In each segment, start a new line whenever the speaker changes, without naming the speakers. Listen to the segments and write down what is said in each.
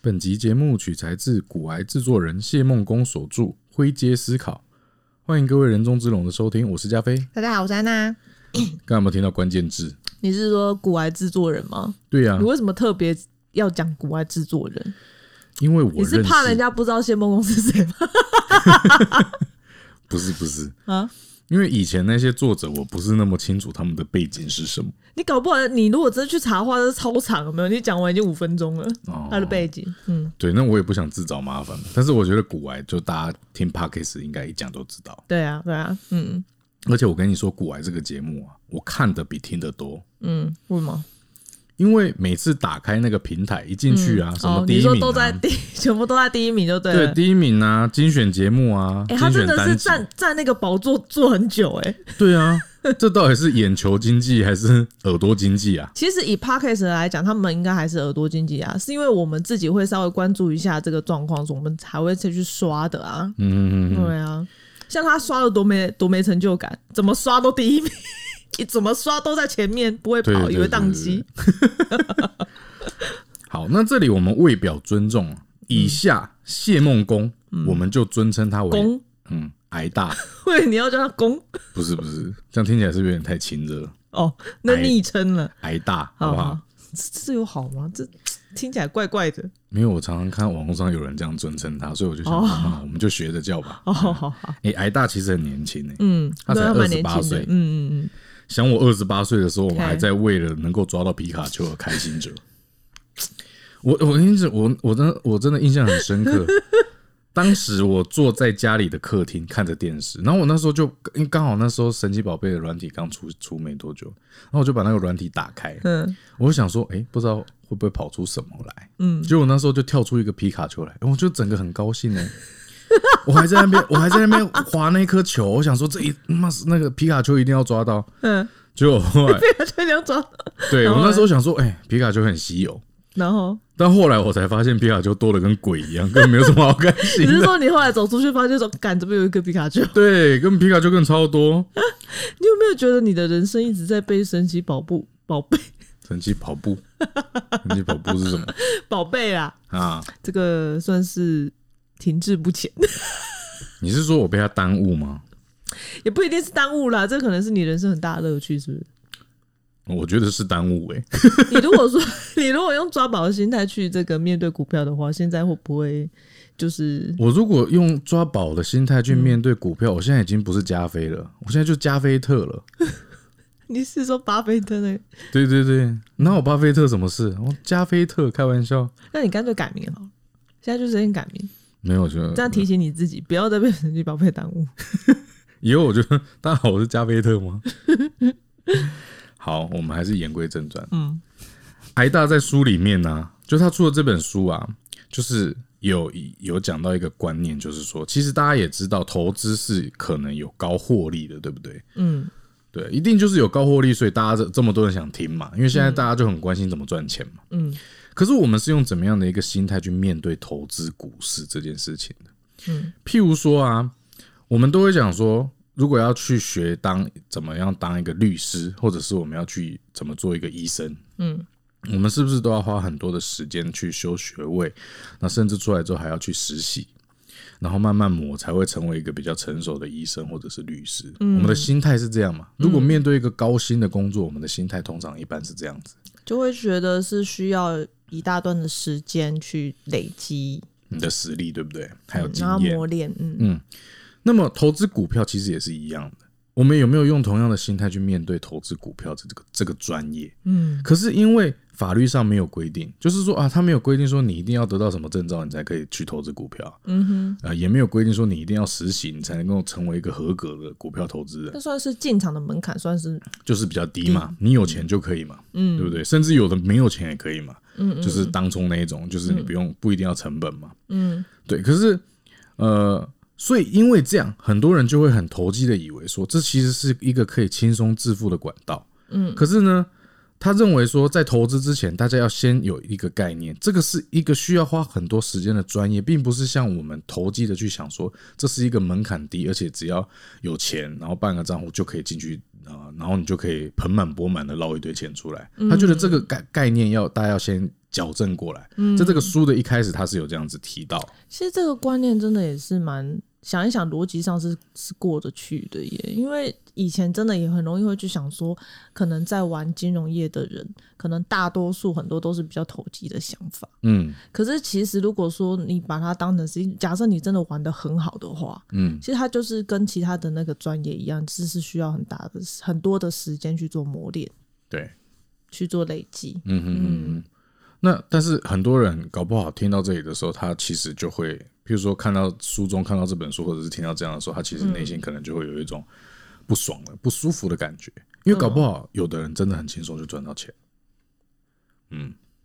本集节目取材自古癌制作人谢梦工所著《灰阶思考》，欢迎各位人中之龙的收听，我是加菲。
大家好，我是安娜。
刚才有没有听到关键字？
你是说古玩制作人吗？
对呀、啊
你，为什么特别要讲古玩制作人？
因为我
你
认识
是怕人家不知道谢梦工是谁 吗？
不是不是
啊，
因为以前那些作者我不是那么清楚他们的背景是什么。
你搞不好，你如果真去查的话，这是超长，有没有？你讲完已经五分钟了，
哦
他的背景，嗯，
对，那我也不想自找麻烦，但是我觉得古癌就大家听 podcast 应该一讲都知道。
对啊，对啊，嗯
而且我跟你说，古癌这个节目啊，我看的比听的多，
嗯，为什么？
因为每次打开那个平台一进去啊，什
哦
么，第
你
一
说
名、啊
都在第， 全部都在第一名就对
对
了。
第一名啊，精选节目啊，
哎、
精
他
选
真的是
单集，
站站那个宝座坐很久哎、
对啊，这到底是眼球经济还是耳朵经济啊？
其实以 podcast 来讲，他们应该还是耳朵经济啊，是因为我们自己会稍微关注一下这个状况，所以我们才会再去刷的啊。
嗯嗯嗯，
对啊，像他刷的多没多没成就感，怎么刷都第一名， 你怎么刷都在前面，不会
对
跑，
对
以为
对
宕
对
机。
好，那这里我们为表尊重
嗯
啊，以下谢梦工，我们就尊称他为
攻，
嗯癌大，
为你要叫他攻
不是不是，这样听起来是不是有点太亲热了？
哦，那
哎
昵称了，
癌大，好
好
不好？
哦好，这这有好吗？这听起来怪怪的。
没有，我常常看网络上有人这样尊称他，所以我就想说，
哦
啊我们就学着叫吧。
哦，好好好，
哎、癌大其实很年轻诶、欸
嗯，
他才
对蛮年
28
轻的
岁，
嗯嗯嗯，
想我二十八岁的时候，我们
OK
还在为了能够抓到皮卡丘而开心着。 我我跟你讲，我我真的我真的印象很深刻。 当时我坐在家里的客厅看着电视，然后我那时候就因为刚好那时候神奇宝贝的软体刚出出没多久，然后我就把那个软体打开，
嗯，
我就想说，哎、不知道会不会跑出什么来？
嗯
结果那时候就跳出一个皮卡丘来，我就整个很高兴呢、 我还在那边，我还在那边划那颗球，我想说这一妈是那个皮卡丘一定要抓到。
嗯，
结果后来，
他就两抓，
对
然
我
后
那时候想说，哎、皮卡丘很稀有，
然后
但后来我才发现皮卡丘多的跟鬼一样，根本没有什么好开
你
心
是
的。
说你后来走出去发现说，赶这边有一个皮卡丘？
对，跟皮卡丘更超多。
你有没有觉得你的人生一直在被神奇宝布宝贝
神奇跑 步，神奇跑步是什么
宝贝啦？
啊？
这个算是停滞不前，
你是说我被他耽误吗？
也不一定是耽误啦，这可能是你人生很大的乐趣，是不是？
我觉得是耽误哎、
你如果说 你如果用抓宝的心态去这个面对股票的话，现在会不会就是
我如果用抓宝的心态去面对股
嗯
票，我现在已经不是加菲了，我现在就加菲特了。
你是说巴菲特那个？
对对对，哪有巴菲特什么事？我加菲特开玩笑，
那你干脆改名好了，现在就直接改名，
没有，我觉得
这样提醒你自己，不要再被神奇宝贝耽误。
以后我觉得大家好，我是加菲特 吗？好，我们还是言归正传。
嗯，
挨大在书里面呢、啊就他出的这本书啊，就是有有讲到一个观念，就是说，其实大家也知道，投资是可能有高获利的，对不对？
嗯，
对，一定就是有高获利，所以大家这这么多人想听嘛，因为现在大家就很关心怎么赚钱嘛。
嗯，
可是我们是用怎么样的一个心态去面对投资股市这件事情的？
嗯，
譬如说啊，我们都会讲说，如果要去学当怎么样当一个律师，或者是我们要去怎么做一个医生，
嗯，
我们是不是都要花很多的时间去修学位？那甚至出来之后还要去实习。然后慢慢磨，才会成为一个比较成熟的医生或者是律师。
嗯
我们的心态是这样嘛？如果面对一个高薪的工作，我们的心态通常一般是这样子。
就会觉得是需要一大段的时间去累积，
你的实力对不对？还有经
然后
验。
磨练，嗯
那么投资股票其实也是一样的，我们有没有用同样的心态去面对投资股票这个这个专业？
嗯
可是因为法律上没有规定，就是说啊，他没有规定说你一定要得到什么证照你才可以去投资股票，
嗯哼，
啊，也没有规定说你一定要实习你才能够成为一个合格的股票投资人，
这算是进场的门槛，算是
就是比较低嘛，你有钱就可以嘛，嗯，对不对？甚至有的没有钱也可以嘛，嗯，就是当冲那一种，就是你不用不一定要成本嘛，
嗯
对，可是呃，所以因为这样，很多人就会很投机的以为说，这其实是一个可以轻松致富的管道。
嗯，
可是呢，他认为说，在投资之前，大家要先有一个概念，这个是一个需要花很多时间的专业，并不是像我们投机的去想说，这是一个门槛低，而且只要有钱，然后办个账户就可以进去。啊，然后你就可以盆满钵满的捞一堆钱出来。他觉得这个概概念要大家要先矫正过来。在这个书的一开始，他是有这样子提到，
其实这个观念真的也是蛮想一想，逻辑上是是过得去的耶。因为以前真的也很容易会去想说，可能在玩金融业的人，可能大多数很多都是比较投机的想法。
嗯
可是其实如果说你把它当成是一，假设你真的玩的很好的话，
嗯
其实它就是跟其他的那个专业一样，只是需要很大的很多的时间去做磨练，
对，
去做累积。
嗯嗯嗯嗯。那但是很多人搞不好听到这里的时候，他其实就会，譬如说看到书中看到这本书，或者是听到这样的时候，他其实内心可能就会有一种不爽的、不舒服的感觉，因为搞不好有的人真的很轻松就赚到钱，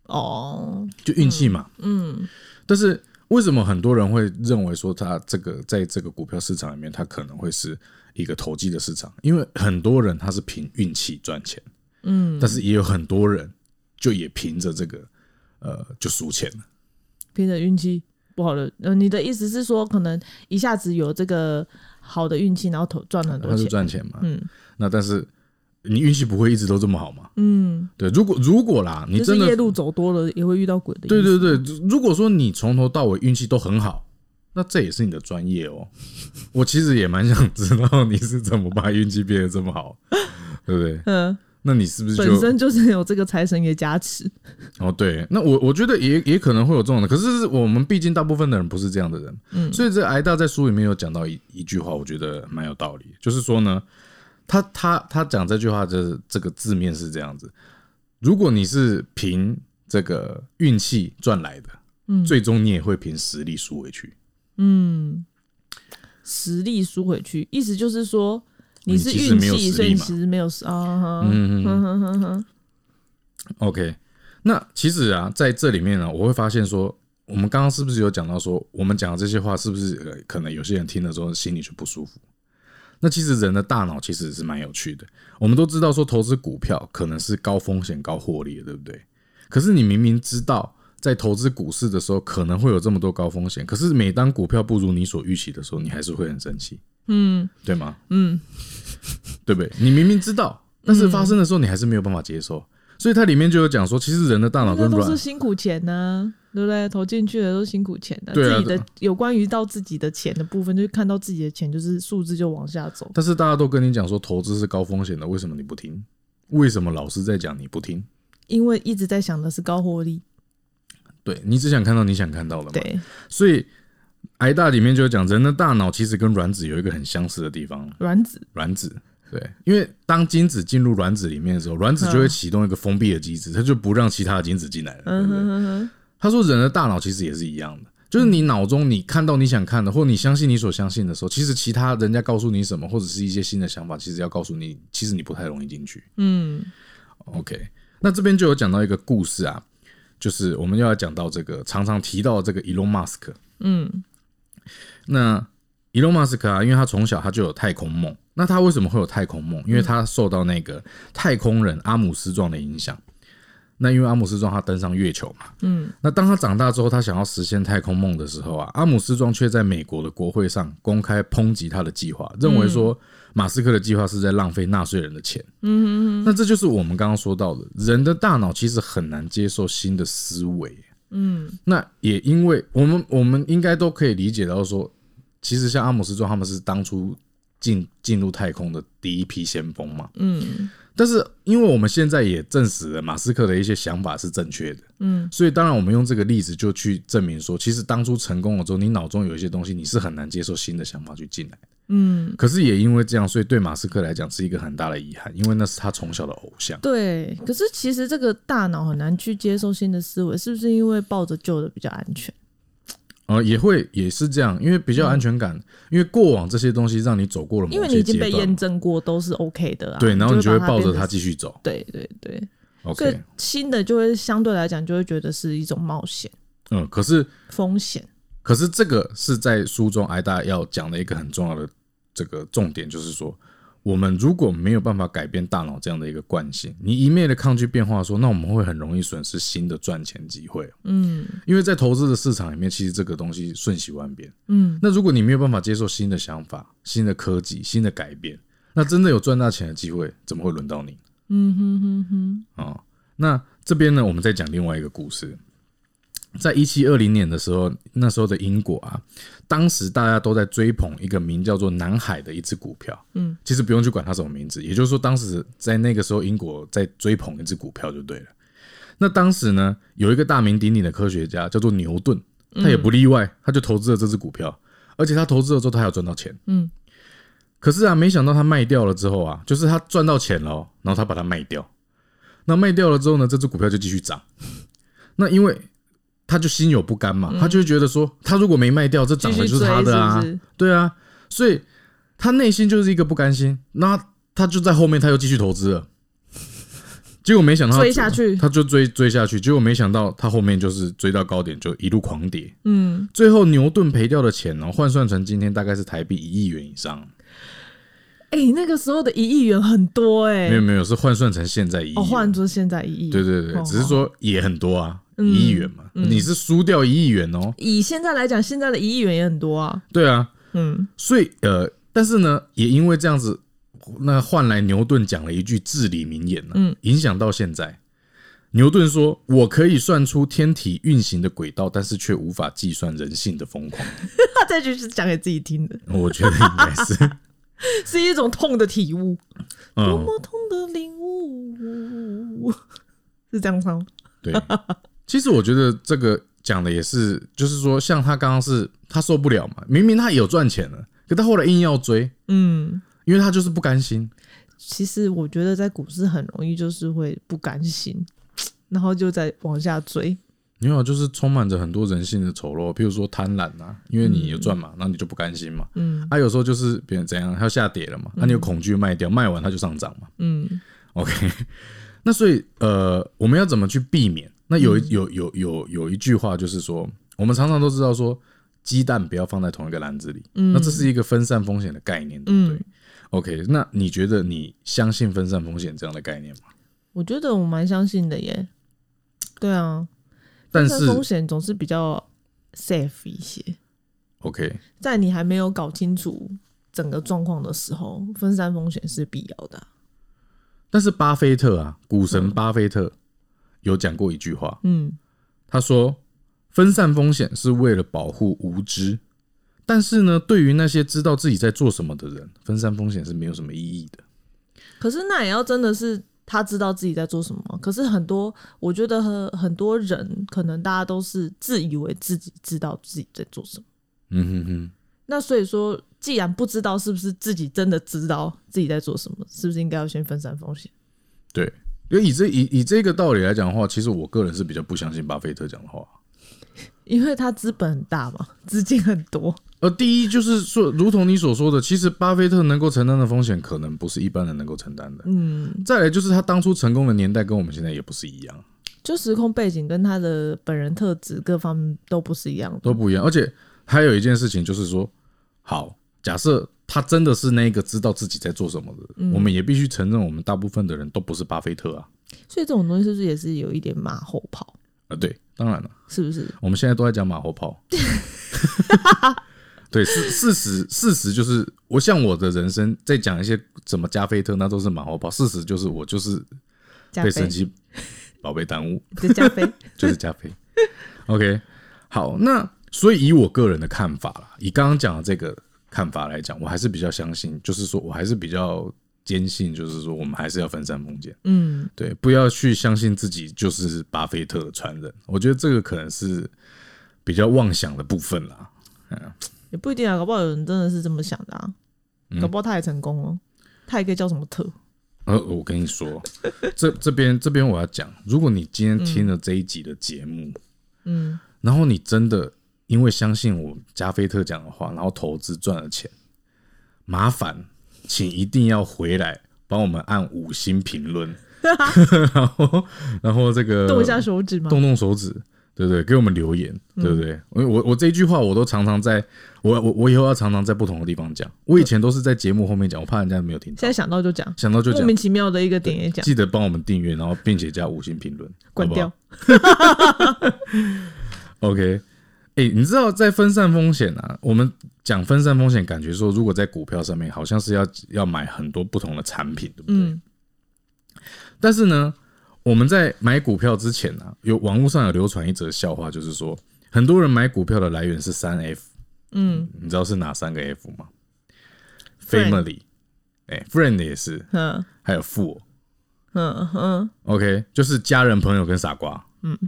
哦，
就运气嘛。嗯。但是为什么很多人会认为说他这个在这个股票市场里面，他可能会是一个投机的市场？因为很多人他是凭运气赚钱，嗯，但是也有很多人就也凭着这个呃就输钱了。
凭着运气不好的，呃，你的意思是说，可能一下子有这个好的运气，然后投赚了很多
他就
钱？
赚钱嘛。
嗯，
那但是你运气不会一直都这么好嘛？
嗯，
对，如果如果啦，你
就是
真的
夜路走多了也会遇到鬼的意
对
思。
对对，如果说你从头到尾运气都很好，那这也是你的专业哦。 我其实也蛮想知道你是怎么把运气变得这么好，对不对？
嗯，
那你是不是就
本身就是有这个财神爷加持。
哦，对，那我我觉得也也可能会有这种的，可是我们毕竟大部分的人不是这样的人，嗯，所以这挨大在书里面有讲到一一句话，我觉得蛮有道理，就是说呢，他他他讲这句话的这个字面是这样子，如果你是凭这个运气赚来的，嗯，最终你也会凭实力输回去，
实力输回去，意思就是说你
你
是
其实
运
没有
气，
实
所以
力
你
嘛
其实没有实啊。哈
嗯嗯嗯
哼哼哼哼
OK，那其实啊，在这里面呢，我会发现说，我们刚刚是不是有讲到说，我们讲的这些话是不是呃，可能有些人听了之后心里就不舒服？那其实人的大脑其实是蛮有趣的。我们都知道说，投资股票可能是高风险高获利的，对不对？可是你明明知道在投资股市的时候可能会有这么多高风险，可是每当股票不如你所预期的时候，你还是会很生气，嗯，对吗？嗯，对不对？你明明知道，但是发生的时候你还是没有办法接受，所以它里面就有讲说，其实人的大脑
那
跟
都是
软
辛苦钱呢、对不对？投进去的都是辛苦钱的、
对啊
自己
对
的有关于到自己的钱的部分，就是看到自己的钱就是数字就往下走。
但是大家都跟你讲说投资是高风险的，为什么你不听？为什么老师在讲你不听？
因为一直在想的是高获利，
对你只想看到你想看到的嘛。
对，
所以挨大里面就有讲，人的大脑其实跟卵子有一个很相似的地方，
卵子，
卵子。对，因为当精子进入卵子里面的时候，卵
嗯
子就会启动一个封闭的机制，它就不让其他的精子进来了，对不
嗯哼
对？
哼哼，
他说人的大脑其实也是一样的，就是你脑中你看到你想看的，或你相信你所相信的时候，其实其他人家告诉你什么，或者是一些新的想法，其实要告诉你，其实你不太容易进去。
嗯
OK，那这边就有讲到一个故事啊，就是我们要讲到这个常常提到这个 Elon Musk。
嗯，
那 Elon Musk 啊，因为他从小他就有太空梦。那他为什么会有太空梦？因为他受到那个太空人阿姆斯壮的影响。那因为阿姆斯壮他登上月球嘛，嗯，那当他长大之后，他想要实现太空梦的时候啊，阿姆斯壮却在美国的国会上公开抨击他的计划，认为说马斯克的计划是在浪费纳税人的钱。嗯那这就是我们刚刚说到的，人的大脑其实很难接受新的思维。嗯，那也因为我们我们应该都可以理解到说，其实像阿姆斯壮他们是当初进进入太空的第一批先锋嘛。嗯，但是因为我们现在也证实了马斯克的一些想法是正确的，嗯，所以当然我们用这个例子就去证明说，其实当初成功了之后，你脑中有一些东西你是很难接受新的想法去进来。嗯，可是也因为这样，所以对马斯克来讲是一个很大的遗憾，因为那是他从小的偶像。
对。可是其实这个大脑很难去接受新的思维，是不是因为抱着旧的比较安全？
呃，也会也是这样，因为比较有安全感，因为过往这些东西让你走过了某
嗯因为你
些
已经
阶
被验
段，
证过都是 OK 的啊，
对，然后你就会
把它
抱着
变
它
成
继续走。
对对对，所以
OK，
新的就会相对来讲就会觉得是一种冒险
嗯，可是
风险。
可是这个是在书中挨大要讲的一个很重要的这个重点，就是说，我们如果没有办法改变大脑这样的一个惯性，你一昧的抗拒变化说那我们会很容易损失新的赚钱机会。
嗯
因为在投资的市场里面，其实这个东西瞬息万变。
嗯，
那如果你没有办法接受新的想法、新的科技、新的改变，那真的有赚大钱的机会，怎么会轮到你？
嗯哼哼哼，
啊、那这边呢，我们再讲另外一个故事。在一七二零年的时候，那时候的英国啊，当时大家都在追捧一个名叫做南海的一只股票。嗯，其实不用去管它什么名字，也就是说，当时在那个时候，英国在追捧一只股票就对了。那当时呢，有一个大名鼎鼎的科学家叫做牛顿，
嗯
他也不例外，他就投资了这只股票，而且他投资了之后，他还有赚到钱。
嗯，
可是啊，没想到他卖掉了之后啊，就是他赚到钱了哦，然后他把它卖掉。那卖掉了之后呢，这只股票就继续涨。那因为他就心有不甘嘛，他就会觉得说，他如果没卖掉，这涨
嗯继
的
续
就是
追
他
是
的啊，
不是？
对啊，所以他内心就是一个不甘心。那他就在后面，他又继续投资了， 结果没想到他
追下去
他就追追下去，结果没想到他后面就是追到高点，就一路狂跌。
嗯，
最后牛顿赔掉的钱呢、换算成今天大概是台币一亿元以上，
哎、那个时候的一亿元很多哎、
没有没有，是换算成现在一亿
哦，
元。
换作现在一亿，嗯
对对对，
哦
只是说也很多啊，一亿元嘛，你是输掉一亿元哦。
以现在来讲，现在的一亿元也很多啊。
对啊，
嗯，
所以呃，但是呢，也因为这样子，那换来牛顿讲了一句至理名言呢、
嗯
影响到现在。牛顿说：“我可以算出天体运行的轨道，但是却无法计算人性的疯狂。
他这句是讲给自己听的，”
我觉得应该是，
是一种痛的体悟，多
嗯，
么痛的领悟， 是这样唱吗？
对。其实我觉得这个讲的也是，就是说，像他刚刚是他受不了嘛，明明他有赚钱了，可他后来硬要追，
嗯，
因为他就是不甘心。
其实我觉得在股市很容易就是会不甘心，然后就再往下追。
没有，啊就是充满着很多人性的丑陋，譬如说贪婪啊，因为你有赚嘛，那、你就不甘心嘛。
嗯
啊，有时候就是别人怎样，它下跌了嘛，那、你有恐惧卖掉，卖完它就上涨嘛。
嗯
OK，那所以呃，我们要怎么去避免？那有
嗯
一有有有有一句话就是说，我们常常都知道说，鸡蛋不要放在同一个篮子里。那这是一个分散风险的概念，对不对、
嗯，
o k 那你觉得你相信分散风险这样的概念吗？
我觉得我蛮相信的耶。对啊，
但
但
是
风险总是比较 safe 一些。
OK，
在你还没有搞清楚整个状况的时候，分散风险是必要的啊。
但是巴菲特啊，股神巴菲特有讲过一句话，
嗯
他说：“分散风险是为了保护无知，但是呢，对于那些知道自己在做什么的人，分散风险是没有什么意义的。
可是那也要真的是他知道自己在做什么啊。可是很多，我觉得很很多人可能大家都是自以为自己知道自己在做什么。”
嗯哼哼，
那所以说，既然不知道是不是自己真的知道自己在做什么，是不是应该要先分散风险？
对。因为以这以以这个道理来讲的话，其实我个人是比较不相信巴菲特讲的话。
因为他资本很大嘛，资金很多。
而第一就是说，如同你所说的，其实巴菲特能够承担的风险，可能不是一般人能够承担的。
嗯，
再来就是他当初成功的年代跟我们现在也不是一样。
就时空背景跟他的本人特质各方面都不是一样的。
都不一样。而且还有一件事情就是说，好，假设他真的是那个知道自己在做什么的人，
嗯
我们也必须承认，我们大部分的人都不是巴菲特啊。
所以这种东西是不是也是有一点马后炮？
啊，对，当然了，
是不是？
我们现在都在讲马后 炮。对，事事实事实就是，我像我的人生在讲一些怎么加菲特，那都是马后炮。事实就是，我就是
加
被
菲，
神奇宝贝耽误。
对 加菲，
就是加菲。OK，好，那所以以我个人的看法啦，以刚刚讲的这个看法来讲，我还是比较相信，就是说我还是比较坚信，就是说我们还是要分散风险，
嗯，
对，不要去相信自己就是巴菲特的传人。我觉得这个可能是比较妄想的部分啦。
也不一定啊，搞不好有人真的是这么想的啊，
嗯
搞不好他也成功了，他也可以叫什么特，
呃，我跟你说，这这边这边我要讲，如果你今天听了这一集的节目，
嗯，
然后你真的因为相信我加菲特讲的话，然后投资赚了钱，麻烦请一定要回来帮我们按五星评 论，然后然后这个
动一下手指嘛，
呃动动手指，对不对？给我们留言，对不对？
嗯
我我我这一句话我都常常在，我我我以后要常常在不同的地方讲。我以前都是在节目后面讲，我怕人家没有听到
现在，想到就讲，
想到就
莫
讲。
名其妙的一个点也讲，
记得帮我们订阅，然后并且加五星评论，
关
好不好
掉。
OK，哎、你知道在分散风险啊，我们讲分散风险，感觉说如果在股票上面，好像是要要买很多不同的产品，对不对？
嗯
但是呢，我们在买股票之前啊，有网络上有流传一则笑话，就是说很多人买股票的来源是三 F，
嗯
你知道是哪三个 F 吗
Friend
？Family，哎、f r i e n d 也是，
嗯
还有富我
嗯嗯，
，OK，就是家人、朋友跟傻瓜。嗯，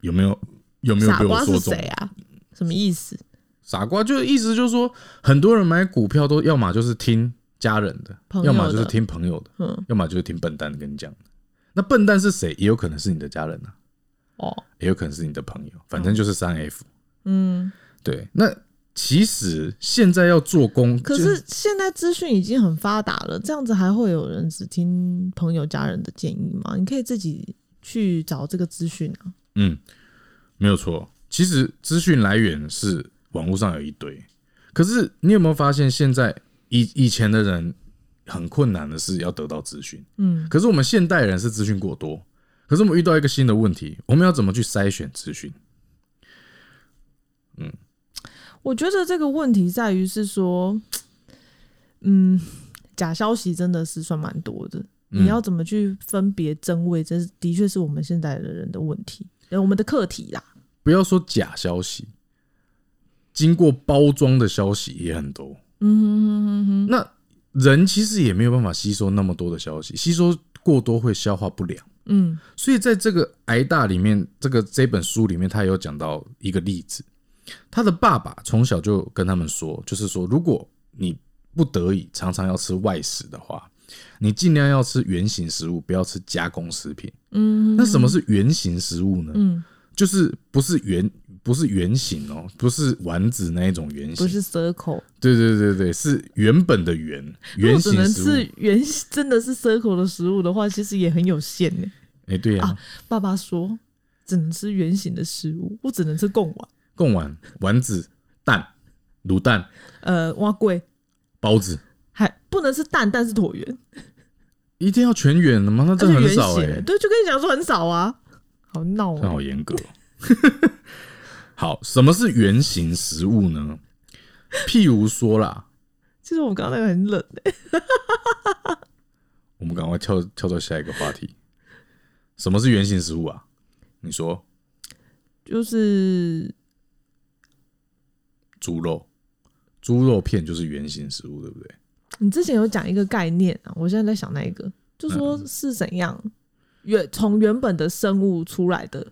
有没有有没有
傻
被我
瓜
说
是
中
谁？啊？什么意思？
傻瓜就是意思就是说，很多人买股票都要么就是听家人的，
朋友
要
的
么就是听朋友的，
嗯
要么就是听笨蛋跟你讲的。那笨蛋是谁？也有可能是你的家人啊，
哦，
也有可能是你的朋友，反正就是三 F。
嗯，
对，那其实现在要做工，
可
就是
现在资讯已经很发达了，这样子还会有人只听朋友家人的建议吗？你可以自己去找这个资讯啊。
嗯，没有错。其实资讯来源是网络上有一堆，可是你有没有发现，现在以以前的人很困难的是要得到资讯，
嗯
可是我们现代人是资讯过多，可是我们遇到一个新的问题，我们要怎么去筛选资讯？
我觉得这个问题在于是说，嗯，假消息真的是算蛮多的。
嗯
你要怎么去分别真伪？这是的确是我们现在的人的问题，呃我们的课题啦。
不要说假消息，经过包装的消息也很多。
嗯哼哼哼哼，
那人其实也没有办法吸收那么多的消息，吸收过多会消化不良。
嗯
所以在这个挨大里面，这个这本书里面，他有讲到一个例子，他的爸爸从小就跟他们说，就是说，如果你不得已常常要吃外食的话，你尽量要吃原形食物，不要吃加工食品。
嗯
那什么是原形食物呢？
嗯，
就是不是圆，不是圆形哦，不是丸子那一种圆
不
形，
是 circle，
对对对对，是原本的圆
如
圆
果只
形
能
食物
吃。原真的是 circle 的食物的话，其实也很有限呢。
哎、对呀、
啊爸爸说只能吃圆形的食物，我只能吃贡丸，
贡丸、丸子、蛋、卤蛋、
呃，蛙桂，
包子。
还不能是蛋，但是椭圆，
一定要全圆的吗？那
它
这
是
很
圆
少
形
哎、
的，对，就跟你讲说很少啊，好闹
那
哦、
好严格哦。 好，什么是圆形食物呢？譬如说啦，
其实我们刚刚那个很冷的、
我们赶快跳跳到下一个话题。什么是圆形食物啊？你说
就是
猪肉，猪肉片就是圆形食物，对不对？
你之前有讲一个概念啊，我现在在想那一个，就说
嗯
是怎样原从原本的生物出来的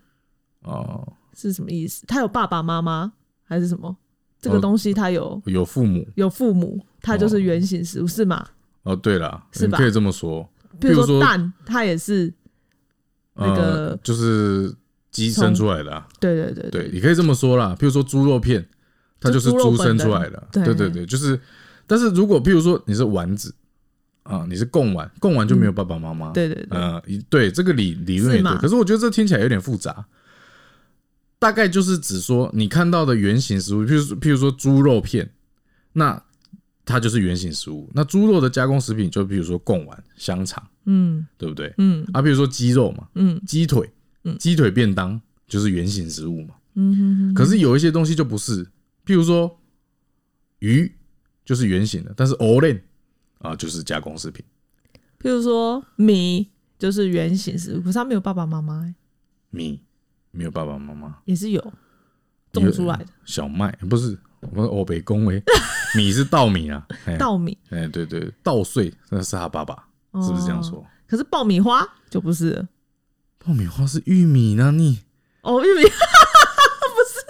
哦，
是什么意思？它有爸爸妈妈还是什么？这个
哦
东西它有
有父母
有父母，它就
哦
是原型食物是吗？
哦。对了，
是
你
吧
可以这么说。
比
譬
如
如说
说蛋，它也是那个
呃、就是鸡生
从
出来的、啊，
对对对
对，你可以这么说啦。譬如说猪肉片，它就是
就猪肉
猪生
本人
出来的。
对
对对对，就是。但是如果譬如说你是丸子啊，你是贡丸，贡丸就没有爸爸妈妈。，
对对对，
呃，一对这个理理论也
嗯
对，
是吗
可是我觉得这听起来有点复杂。大概就是指说你看到的原型食物，譬如说譬如说猪肉片，那它就是原型食物。那猪肉的加工食品就比如说贡丸、香肠，
嗯
对不对？
嗯
啊，比如说鸡肉嘛，
嗯
鸡腿
嗯，
鸡腿便当就是原型食物嘛。
嗯哼哼，
可是有一些东西就不是，譬如说鱼就是圆形的，但是 o l e n 啊就是加工食品，
譬如说米就是原型食物，可是它没有爸爸妈妈、欸
米没有爸爸妈妈
也是有种出来的
小麦不是我们欧北恭 维米是稻米啊，哎
稻米，
哎对对稻穗那是他爸爸是不是这样
哦？
说？
可是爆米花就不是了
爆米花是玉米呢，你
哦，玉米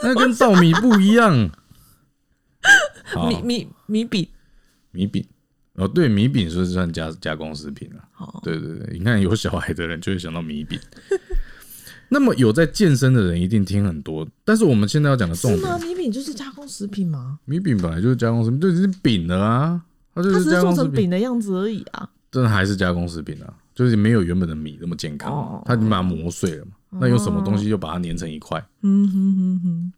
那跟稻米不一样。 好
米米米饼，
米饼哦，对米饼是算加加工食品啊。
好，
对对对，你看有小孩的人就会想到米饼。 那么有在健身的人一定听很多，但是我们现在要讲的重
是吗？
点，
啊米饼就是加工食品吗？
米饼本来就是加工食品，就已经是饼了啊，它就
它只
是
是
加
做
工食
成
品，
饼的样子而已啊。
但还是加工食品啊，就是没有原本的米那么健康啊
哦，
它已经把它磨碎了嘛，那用什么东西就把它粘成一块。
嗯哼哼哼，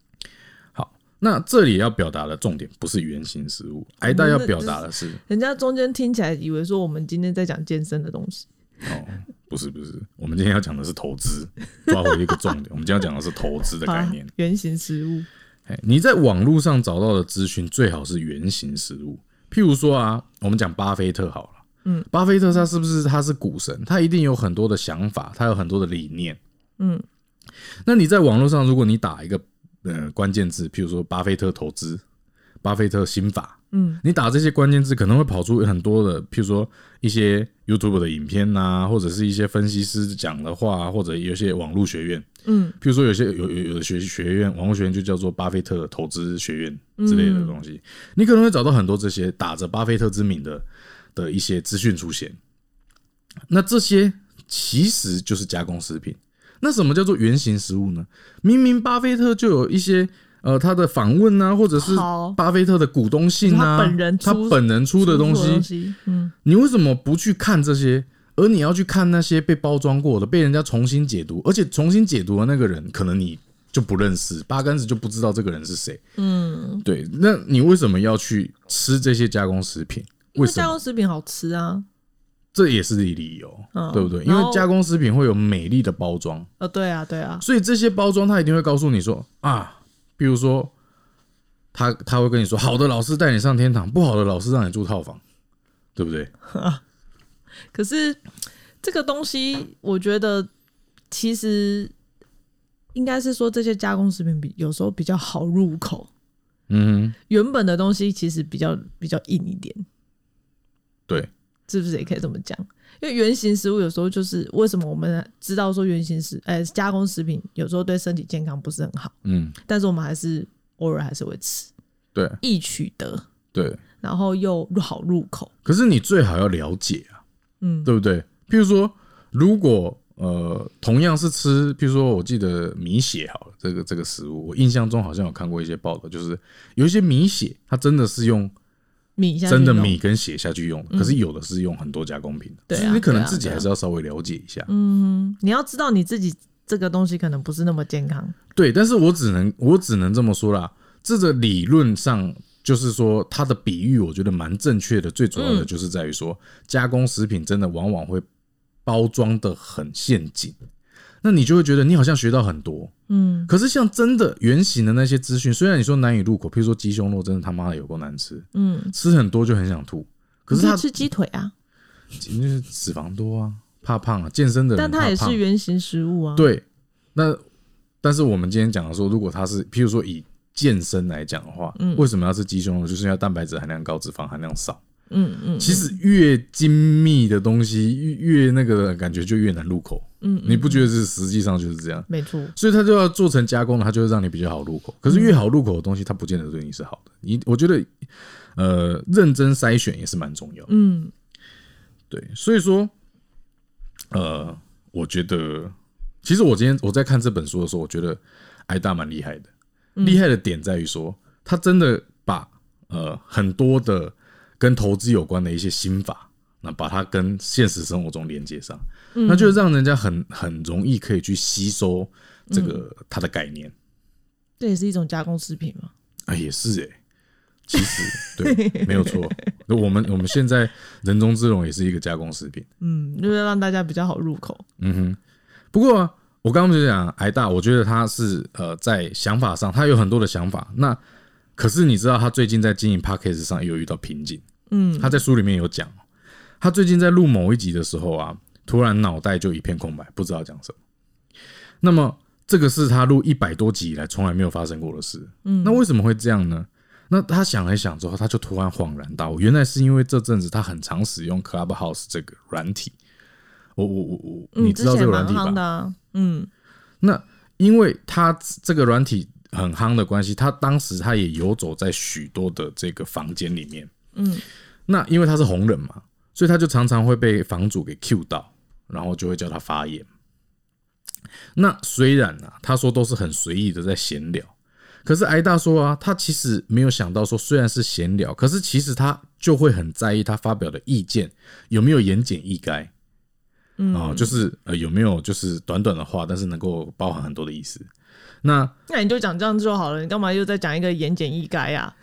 好，那这里要表达的重点不是圆形食物，
哦
挨大要表达的是
人家中间听起来以为说我们今天在讲健身的东西，
哦，不是不是，我们今天要讲的是投资，抓回一个重点，我们今天要讲的是投资的
好
概
啊
念。
原型食物，
哎，你在网络上找到的资讯最好是原型食物。譬如说啊，我们讲巴菲特好了，嗯，巴菲特他是不是他是股神？他一定有很多的想法，他有很多的理念。
嗯，
那你在网络上，如果你打一个呃关键字，譬如说巴菲特投资、巴菲特心法，
嗯，
你打这些关键字，可能会跑出很多的，譬如说一些 YouTube 的影片呐、或者是一些分析师讲的话，或者有些网络学院，
嗯，
譬如说有些有有有的学学院，网络学院就叫做巴菲特投资学院之类的东
嗯
西，你可能会找到很多这些打着巴菲特之名的的一些资讯出现。那这些其实就是加工食品。那什么叫做原型食物呢？明明巴菲特就有一些呃他的访问啊，或者是
好
巴菲特的股东信啊，
他本人
他
出
本人出的东西，
西，嗯
你为什么不去看这些？而你要去看那些被包装过的、被人家重新解读，而且重新解读的那个人，可能你就不认识，八竿子就不知道这个人是谁。
嗯，
对，那你为什么要去吃这些加工食品？
因为
为什
加
么？
工食品好吃啊，
这也是理由，
嗯
对不对？因
然后
为加工食品会有美丽的包装，
呃，对啊，对啊，
所以这些包装它一定会告诉你说啊，比如说，他他会跟你说，好的老师带你上天堂，不好的老师让你住套房，对不对？
可是这个东西，我觉得其实应该是说这些加工食品比有时候比较好入口，
嗯哼，
原本的东西其实比较比较硬一点，
对，
是不是也可以这么讲？因为原型食物有时候就是为什么我们知道说原型食，呃，加工食品有时候对身体健康不是很好，
嗯，
但是我们还是偶尔还是会吃，
对
易取得，
对。
然后又好入口，
可是你最好要了解啊，
嗯，
对不对？譬如说，如果呃，同样是吃，譬如说，我记得米血好了，这个这个食物，我印象中好像有看过一些报道，就是有一些米血，它真的是用
米下去
真的
弄
米跟血下去用的，可是有的是用很多加工品的，
嗯对啊
所以你可
对
能
啊
自己
对啊
还是要稍微了解一下。
你要知道你自己这个东西可能不是那么健康。
对，但是我只能我只能这么说啦，这个理论上就是说它的比喻，我觉得蛮正确的。最主要
嗯
的就是在于说，加工食品真的往往会包装的很陷阱，那你就会觉得你好像学到很多。
嗯
可是像真的原型的那些资讯，虽然你说难以入口，譬如说鸡胸肉，真的他妈的有够难吃，
嗯，
吃很多就很想吐。可是
你
它
以吃鸡腿啊，
就是脂肪多啊，怕胖啊，健身的人
但它
怕
也
胖
是原型食物啊。，
对，那但是我们今天讲的说，如果他是，譬如说以健身来讲的话，为什么要吃鸡胸肉？就是要蛋白质含量高，脂肪含量少。
嗯嗯
其实越精密的东西，越越那个感觉就越难入口。
嗯，
你不觉得是实际上就是这样？
没错。
所以它就要做成加工了，它就会让你比较好入口。可是越好入口的东西，它不见得对你是好的。你我觉得，呃，认真筛选也是蛮重要的。
嗯，
对，所以说，呃，我觉得，其实我今天我在看这本书的时候，我觉得挨大蛮厉害的。厉害的点在于说，他真的把呃很多的跟投资有关的一些心法，那把它跟现实生活中连接上，那就让人家很很容易可以去吸收这个它的概念。
这也是一种加工食品嘛。
啊，也是哎、其实对，没有错。那我们我们现在人中之龙也是一个加工食品。
嗯，就是让大家比较好入口。
不过、啊、我刚刚就讲挨大，我觉得他是呃在想法上，他有很多的想法。那可是你知道，他最近在经营 p a c k a g e 上也有遇到瓶颈。
嗯，
他在书里面有讲，他最近在录某一集的时候啊，突然脑袋就一片空白，不知道讲什么。那么这个是他录一百多集以来从来没有发生过的事。嗯，那为什么会这样呢？那他想了想之后，他就突然恍然大悟，原来是因为这阵子他很常使用 Clubhouse 这个软体。我我我我，
嗯，
你知道
之
这个
前蛮
软体吧？
夯的啊。嗯
那因为它这个软体很夯的关系，它当时它也游走在许多的这个房间里面。
嗯，
那因为他是红人嘛，所以他就常常会被房主给 Q 到，然后就会叫他发言。那虽然啊，他说都是很随意的在闲聊，可是挨大说啊，他其实没有想到说，虽然是闲聊，可是其实他就会很在意他发表的意见有没有言简意赅。
嗯
啊、就是呃有没有就是短短的话，但是能够包含很多的意思。那
那你就讲这样就好了，你干嘛又再讲一个言简意赅 呀？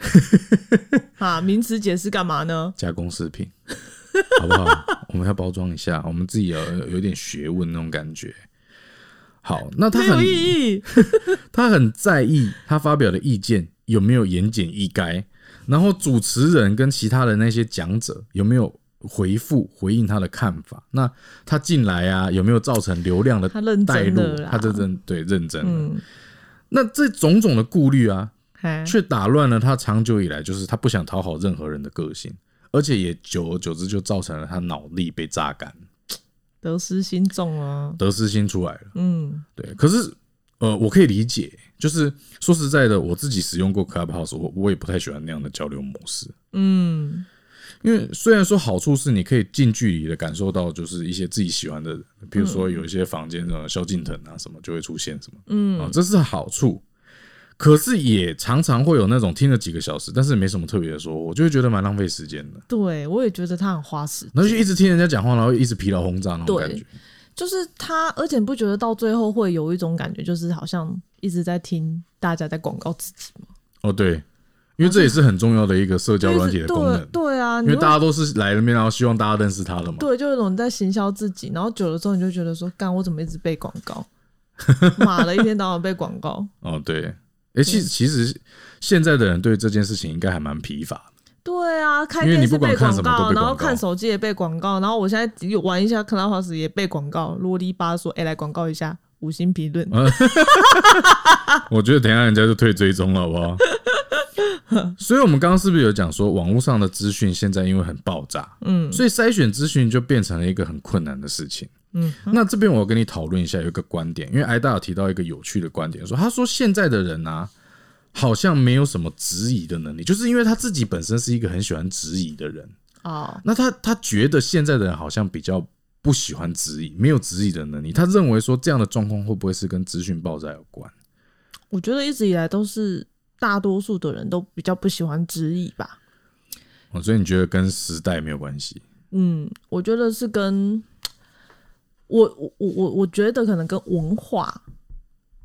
啊，名词解释干嘛呢？
加工食 品，好不好？我们要包装一下，我们自己有有一点学问那种感觉。好，那他
没有
很
意义。
他很在意他发表的意见有没有言简意赅，然后主持人跟其他的那些讲者有没有回复回应他的看法。那他进来啊，有没有造成流量的
他认真
带入
了啦？
他这真对认真了。
嗯，
那这种种的顾虑啊，
嗨
却打乱了他长久以来就是他不想讨好任何人的个性，而且也久而久之就造成了他脑力被榨干，
得失心重啊，
得失心出来了。
嗯，
对，可是呃，我可以理解，就是说实在的，我自己使用过 Clubhouse，我我也不太喜欢那样的交流模式。
嗯，
因为虽然说好处是你可以近距离的感受到，就是一些自己喜欢的人，比如
嗯
说有一些房间的萧敬腾啊什么就会出现什么，嗯啊，这是好处。可是也常常会有那种听了几个小时，但是没什么特别的说，我就会觉得蛮浪费时间的。
对我也觉得他很花时
然后就一直听人家讲话，然后一直疲劳轰炸那种
对
感觉。
就是他，而且你不觉得到最后会有一种感觉，就是好像一直在听大家在广告自己吗？
哦，对，因为这也是很重要的一个社交软体的功
对
能，
对啊，
因
你
为
会
大家都是来了面，然后希望大家认识他了嘛。
对，就有一种在行销自己，然后久了之后你就觉得说，干我怎么一直被广 告，骂了一天到晚被广告。
哦，对，哎、其实其实现在的人对这件事情应该还蛮疲乏的。
对啊，看
因为你
电视
不管
被
看
广
什么都
告，
被
然后
广告嗯
看手机也被广告，然后我现在有玩一下 Clubhouse 也被广告，啰里吧嗦，哎、来广告一下，五星评论，
我觉得等一下人家就退追踪了，好不好？ 所以，我们刚刚是不是有讲说，网络上的资讯现在因为很爆炸，嗯，所以筛选资讯就变成了一个很困难的事情。
嗯，
那这边我要跟你讨论一下，有一个观点，因为艾达有提到一个有趣的观点，说他说现在的人啊，好像没有什么质疑的能力，就是因为他自己本身是一个很喜欢质疑的人，
哦，
那他他觉得现在的人好像比较不喜欢质疑，没有质疑的能力，他认为说这样的状况会不会是跟资讯爆炸有关？
我觉得一直以来都是大多数的人都比较不喜欢质疑吧。
哦，所以你觉得跟时代没有关系？
嗯，我觉得是跟我我我我我觉得可能跟文化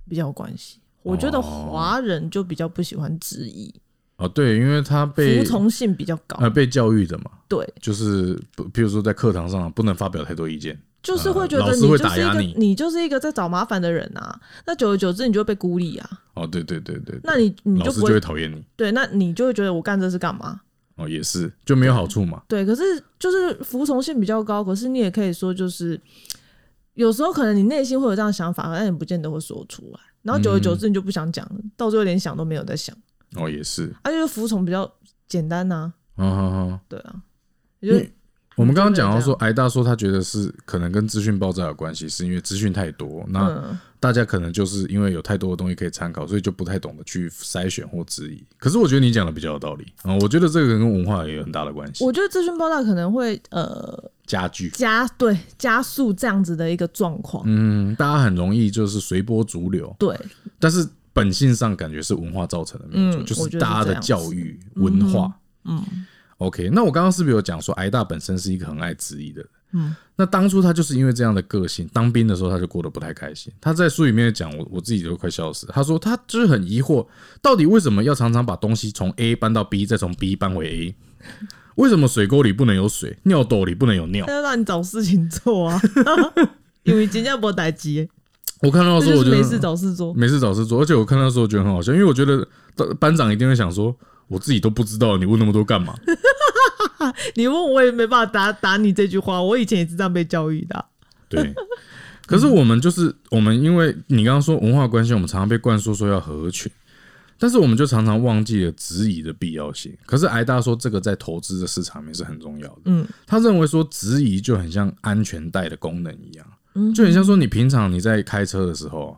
比较有关系。我觉得华人就比较不喜欢质疑，
哦，对，因为他被
服从性比较高。
呃被教育的嘛，
对，
就是不比如说在课堂上不能发表太多意见，
就是会觉
呃老
得
师
你
会
就
打
是一
压
个
你
你就是一个在找麻烦的人啊。那久而久之，你就会被孤立啊。
哦，对对对对，
那你你
老
就
师就
不会
会讨厌你，
对，那你就会觉得我干这是干嘛？
哦，也是就没有好处嘛，
对，可是就是服从性比较高，可是你也可以说就是，有时候可能你内心会有这样的想法，但你不见得会说出来，然后久而久
嗯
之你就不想讲了，到最后连想都没有在想，
哦，也是，
而、且服从比较简单呐、
啊哈哈。
对啊，也就是
嗯我们刚刚
你觉得
讲到
这
说，挨大说他觉得是可能跟资讯爆炸有关系，是因为资讯太多，那
嗯，
大家可能就是因为有太多的东西可以参考，所以就不太懂得去筛选或质疑。可是我觉得你讲的比较有道理啊、我觉得这个跟文化也有很大的关系，
我觉得资讯爆炸可能会呃
家具。
加对加速这样子的一个状况，
嗯，大家很容易就是随波逐流，
对，
但是本性上感觉是文化造成的，没有错，
嗯
就
我
是
觉得
大家
是这
的
样嗯
教育文化。OK，那我刚刚是不是有讲说，挨大本身是一个很爱质疑的人？
嗯，
那当初他就是因为这样的个性，当兵的时候他就过得不太开心。他在书里面讲，我我自己都快笑死。他说他就是很疑惑，到底为什么要常常把东西从 A 搬到 B，再从 B 搬回 A？为什么水沟里不能有水，尿斗里不能有尿
他？就让你找事情做啊， 因为今天不待机，
我看到
这
的时候，
就
我
是
觉
没
得
事找事做，
没事找事做，而且我看到的时候觉得很好笑，因为我觉得班长一定会想说，我自己都不知道，你问那么多干嘛？
你问我也没办法答答你这句话，我以前也是这样被教育的啊、
对。可是我们就是我们，因为你刚刚说文化关系，我们常常被灌输说要合群，但是我们就常常忘记了质疑的必要性。可是挨大说这个在投资的市场里面是很重要的，
嗯，
他认为说质疑就很像安全带的功能一样，嗯，就很像说你平常你在开车的时候，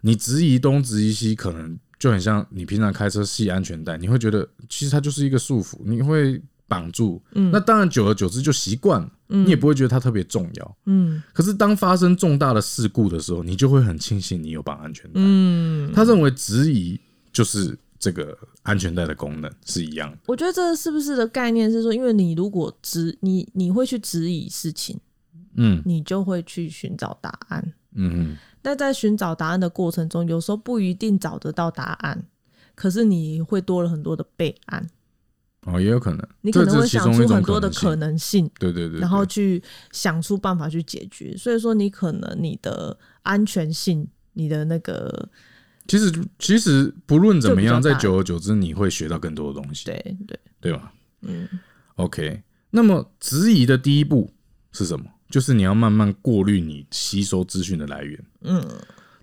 你质疑东质疑西，可能就很像你平常开车系安全带，你会觉得其实它就是一个束缚，你会绑住，嗯，那当然久而久之就习惯了，你也不会觉得它特别重要，
嗯
可是当发生重大的事故的时候，你就会很庆幸你有绑安全带。
嗯，
他认为质疑就是这个安全带的功能是一样的。
我觉得这是不是的概念是说，因为你如果质你你会去质疑事情，
嗯
你就会去寻找答案。
嗯
那在寻找答案的过程中，有时候不一定找得到答案，可是你会多了很多的备案，
嗯，哦，也有可能，
你可
这
能
这
会
是其
想
中一
出
种
很多的
可
可
能性。
能性，
对对对，
然后
对
去想出办法去解决。所以说，你可能你的安全性，你的那个
其实其实不论怎么样，
就比较
在
大
久而久之，你会学到更多的东西，
对对，
对吧
嗯。
？OK，那么质疑的第一步是什么？就是你要慢慢过滤你吸收资讯的来源。
嗯，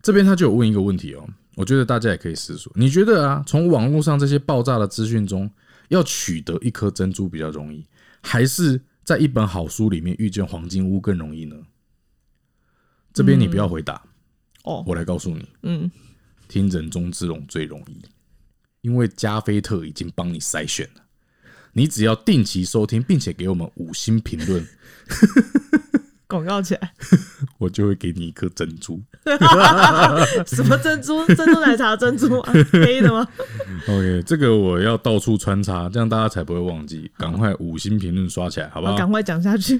这边他就有问一个问题哦，我觉得大家也可以思索，你觉得啊，从网络上这些爆炸的资讯中，要取得一颗珍珠比较容易，还是在一本好书里面遇见黄金屋更容易呢？这边你不要回答，
哦，
我来告诉你，
嗯，
听人中之龙最容易，因为加菲特已经帮你筛选了。你只要定期收听，并且给我们五星评 论，
广告起 来，
我就会给你一颗珍珠。
什么珍珠珍珠奶茶珍珠啊，黑的吗？
OK，这个我要到处穿插，这样大家才不会忘记。赶快五星评论刷起来，好不
我
好？
哦赶快讲下去，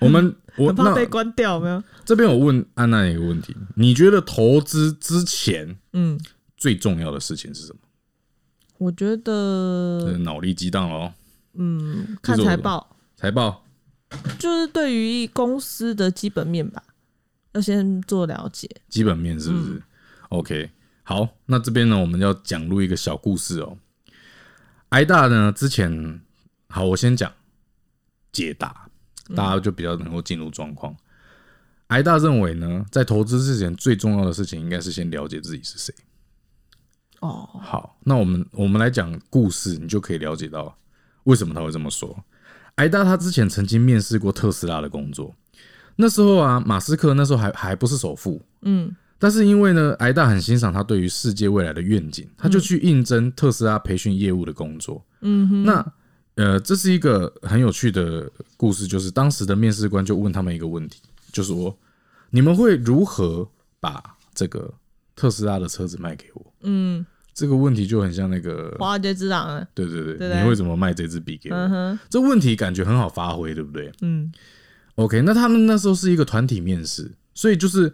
我们我
很 怕
那
被关掉，有没有？
这边我问安娜一个问题：你觉得投资之前
嗯，
最重要的事情是什么？
我
这
觉得
是脑力激荡哦，
嗯，
这
看
是我
财
的
报
财报
就是对于公司的基本面吧，要先做了解。
基本面是不是、o k 好，那这边呢，我们要讲入一个小故事哦。挨大呢，之前好，我先讲解答，大家就比较能够进入状况。挨大认为呢，在投资之前最重要的事情应该是先了解自己是谁。
哦，
好，那我们我们来讲故事，你就可以了解到为什么他会这么说。艾达他之前曾经面试过特斯拉的工作，那时候啊，马斯克那时候还还不是首富，
嗯，
但是因为呢，艾达很欣赏他对于世界未来的愿景，他就去应征特斯拉培训业务的工作。嗯哼，那呃，这是一个很有趣的故事，就是当时的面试官就问他们一个问题，就说你们会如何把这个特斯拉的车子卖给我？
嗯，
这个问题就很像那个，
华尔街之狼啊，
对对对，
对不对
你会怎么卖这支笔给我？
嗯哼，
这问题感觉很好发挥，对不对
嗯
？OK，那他们那时候是一个团体面试，所以就是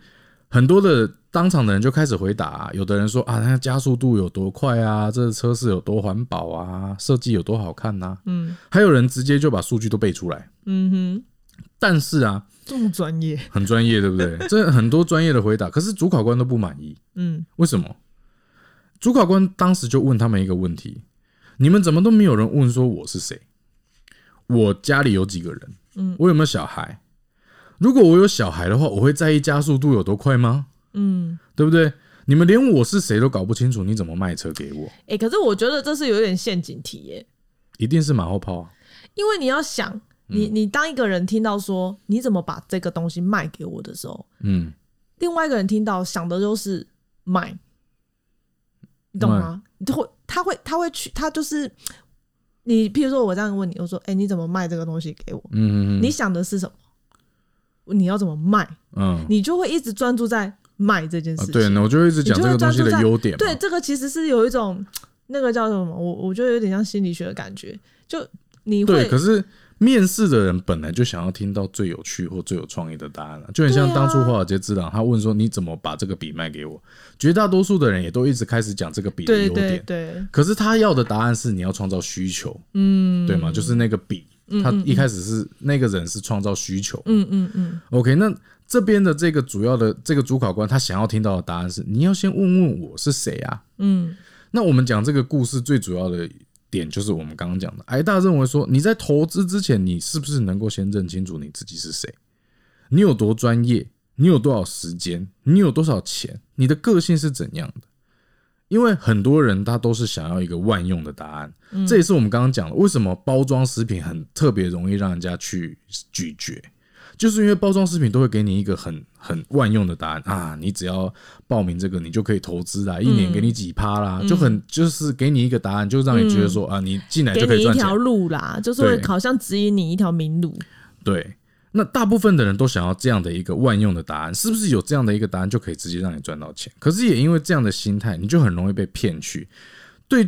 很多的当场的人就开始回答、有的人说啊，那加速度有多快啊，这车是有多环保啊，设计有多好看呐、
嗯
还有人直接就把数据都背出来。
嗯哼，
但是啊，
这么专业，
很专业，对不对？这很多专业的回答，可是主考官都不满意。
嗯
为什么？主考官当时就问他们一个问题：你们怎么都没有人问说我是谁？我家里有几个人？
嗯，
我有没有小孩？如果我有小孩的话，我会在意加速度有多快吗？
嗯，
对不对？你们连我是谁都搞不清楚，你怎么卖车给我？
哎、可是我觉得这是有点陷阱题耶、
一定是马后炮、啊。
因为你要想，
嗯
你你当一个人听到说你怎么把这个东西卖给我的时候，
嗯，
另外一个人听到想的就是卖，你懂吗？他会他会他会去，他就是你，譬如说我这样问你，我说，哎、你怎么卖这个东西给我？
嗯嗯
你想的是什么？你要怎么卖？
嗯
你就会一直专注在卖这件
啊
事情。
对，那我就一直讲这
你就
个
会
东西的
专注在
优点嘛。
对，这个其实是有一种那个叫什么？我我觉得有点像心理学的感觉，就你会
对，可是面试的人本来就想要听到最有趣或最有创意的答案、啊，就很像
对啊
当初华尔街之狼，他问说你怎么把这个笔卖给我？绝大多数的人也都一直开始讲这个笔的
对
优点，
对对，
可是他要的答案是你要创造需求，
嗯，
对吗？就是那个笔，他一开始是那个人是创造需求。
嗯嗯嗯
OK，那这边的这个主要的这个主考官，他想要听到的答案是你要先问问我是谁啊？
嗯
那我们讲这个故事最主要的点，就是我们刚刚讲的，挨大认为说，你在投资之前，你是不是能够先认清楚你自己是谁？你有多专业？你有多少时间？你有多少钱？你的个性是怎样的？因为很多人他都是想要一个万用的答案，
嗯
这也是我们刚刚讲的，为什么包装食品很特别容易让人家去咀嚼。就是因为包装食品都会给你一个很很万用的答案啊，你只要报名这个，你就可以投资啦，一年给你几趴啦，
嗯
就很就是给你一个答案，就让你觉得说、啊，你进来
给
就可
你
以
一
赚钱
条。路啦，就是
对
会好像指引你一条明路。
对，那大部分的人都想要这样的一个万用的答案，是不是有这样的一个答案就可以直接让你赚到钱？可是也因为这样的心态，你就很容易被骗去，对，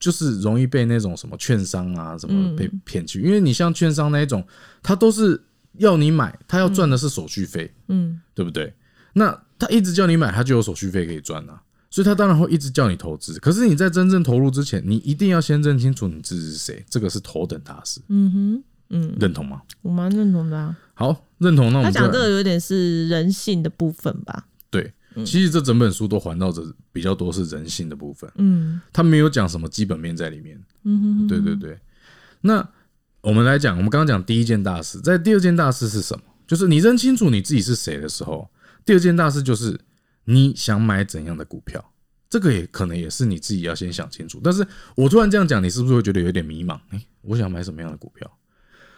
就是容易被那种什么券商啊什
嗯
么被骗去，因为你像券商那一种，他都是要你买，他要赚的是手续费，
嗯，
对不对？那他一直叫你买，他就有手续费可以赚啊。所以他当然会一直叫你投资，可是你在真正投入之前，你一定要先认清楚你自己是谁，这个是头等大事，
嗯哼，
认同吗？
我蛮认同的、啊。
好，认同。那我
他
们
讲
就
这
来
个嗯有点是人性的部分吧？
对，其实这整本书都环绕着比较多是人性的部分，
嗯
他没有讲什么基本面在里面。
嗯哼
对对对，那我们来讲，我们刚刚讲第一件大事，在第二件大事是什么？就是你认清楚你自己是谁的时候，第二件大事就是你想买怎样的股票，这个也可能也是你自己要先想清楚。但是我突然这样讲，你是不是会觉得有点迷茫？诶、我想买什么样的股票？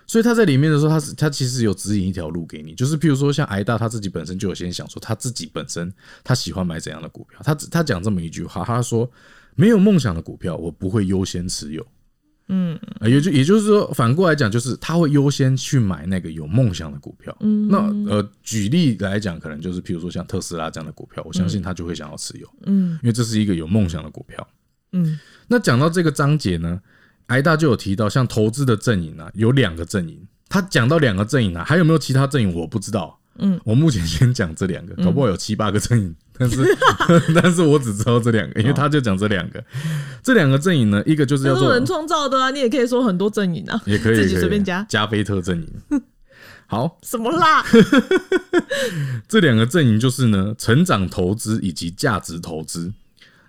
所以他在里面的时候，他是他其实有指引一条路给你，就是譬如说像挨大他自己本身就有先想说他自己本身他喜欢买怎样的股票，他只他讲这么一句话，他说没有梦想的股票我不会优先持有，嗯，也就也就是说反过来讲，就是他会优先去买那个有梦想的股票，嗯，那呃举例来讲，可能就是譬如说像特斯拉这样的股票，我相信他就会想要持有，
嗯，
因为这是一个有梦想的股票，
嗯，
那讲到这个章节呢，挨大就有提到，像投资的阵营啊，有两个阵营。他讲到两个阵营啊，还有没有其他阵营我不知道。
嗯，
我目前先讲这两个，搞不好有七八个阵营，但是 但是我只知道这两个，因为他就讲这两个。这两个阵营呢，一个就是
这
叫
哦是
做
人创造的啊，你也可以说很多阵营 啊，
也可以
自
也
己
可以
随便加
加菲特阵营。 好，
什么 啦？
这两个阵营就是呢，成长投资以及价值投资。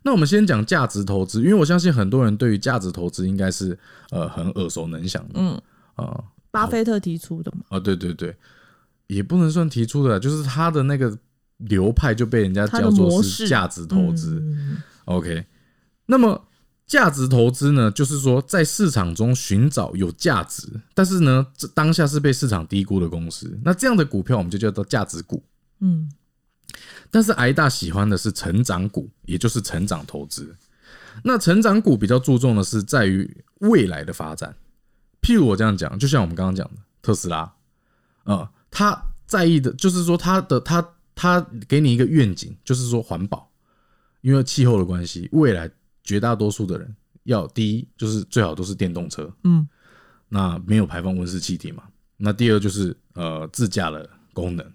那我们先讲价值投资，因为我相信很多人对于价值投资应该是呃很耳熟能详的。嗯，啊、
巴菲特提出的嘛，
啊，对对对，也不能算提出的，就是他的那个流派就被人家
他的
叫做
模
是
式
价值投资。
嗯
OK，那么价值投资呢，就是说在市场中寻找有价值，但是呢，这当下是被市场低估的公司，那这样的股票我们就叫做价值股。
嗯，
但是挨大喜欢的是成长股，也就是成长投资。那成长股比较注重的是在于未来的发展，譬如我这样讲，就像我们刚刚讲的特斯拉，呃，他在意的就是说他的他他给你一个愿景，就是说环保，因为气候的关系，未来绝大多数的人要第一就是最好都是电动车，
嗯，
那没有排放温室气体嘛。那第二就是呃自驾的功能，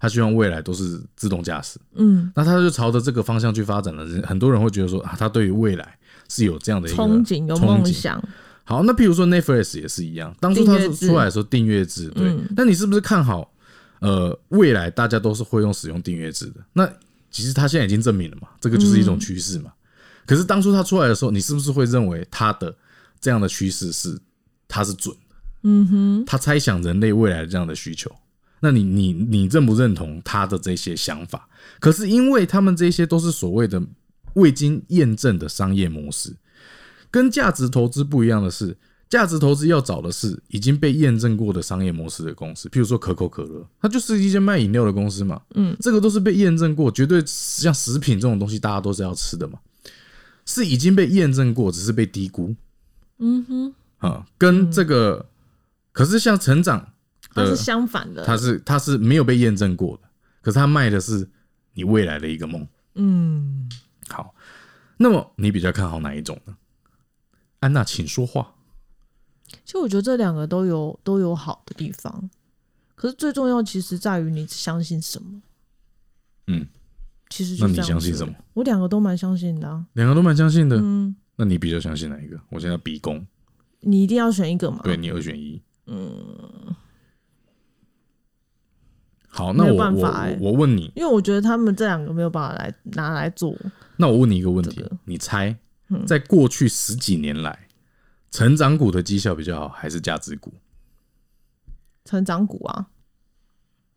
他希望未来都是自动驾驶，
嗯，
那他就朝着这个方向去发展了。人很多人会觉得说啊，他对于未来是有这样的一个
憧憬有梦
憧憬
想，
好，那譬如说 Netflix 也是一样，当初它
订阅制嗯
出来的时候订阅制，对，那你是不是看好呃未来大家都是会用使用订阅制的？那其实它现在已经证明了嘛，这个就是一种趋势
嗯
嘛。可是当初它出来的时候，你是不是会认为它的这样的趋势是它是准的？嗯哼，他猜想人类未来的这样的需求。那你你你认不认同他的这些想法？可是因为他们这些都是所谓的未经验证的商业模式，跟价值投资不一样的是，价值投资要找的是已经被验证过的商业模式的公司，譬如说可口可乐，它就是一间卖饮料的公司嘛。嗯，这个都是被验证过，绝对像食品这种东西，大家都是要吃的嘛，是已经被验证过，只是被低估
嗯哼，嗯
啊。跟这个，可是像成长
它
的
是，相反的，
它是它是没有被验证过的，可是它卖的是你未来的一个梦。
嗯，
好，那么你比较看好哪一种呢？安娜，请说话。
其实我觉得这两个都有都有好的地方，可是最重要其实在于你相信什么。
嗯，
其实就
那你
这样
相信
子
什么？
我两个都蛮相信的、啊。
两个都蛮相信的。
嗯，
那你比较相信哪一个？我现在逼宫，
你一定要选一个嘛？
对，你二选一。嗯，好，那
没有
我
办
我
法欸
我问你，
因为我觉得他们这两个没有办法来拿来做。
那我问你一个问题
这，嗯
你猜，在过去十几年来，成长股的绩效比较好，还是价值股？
成长股啊，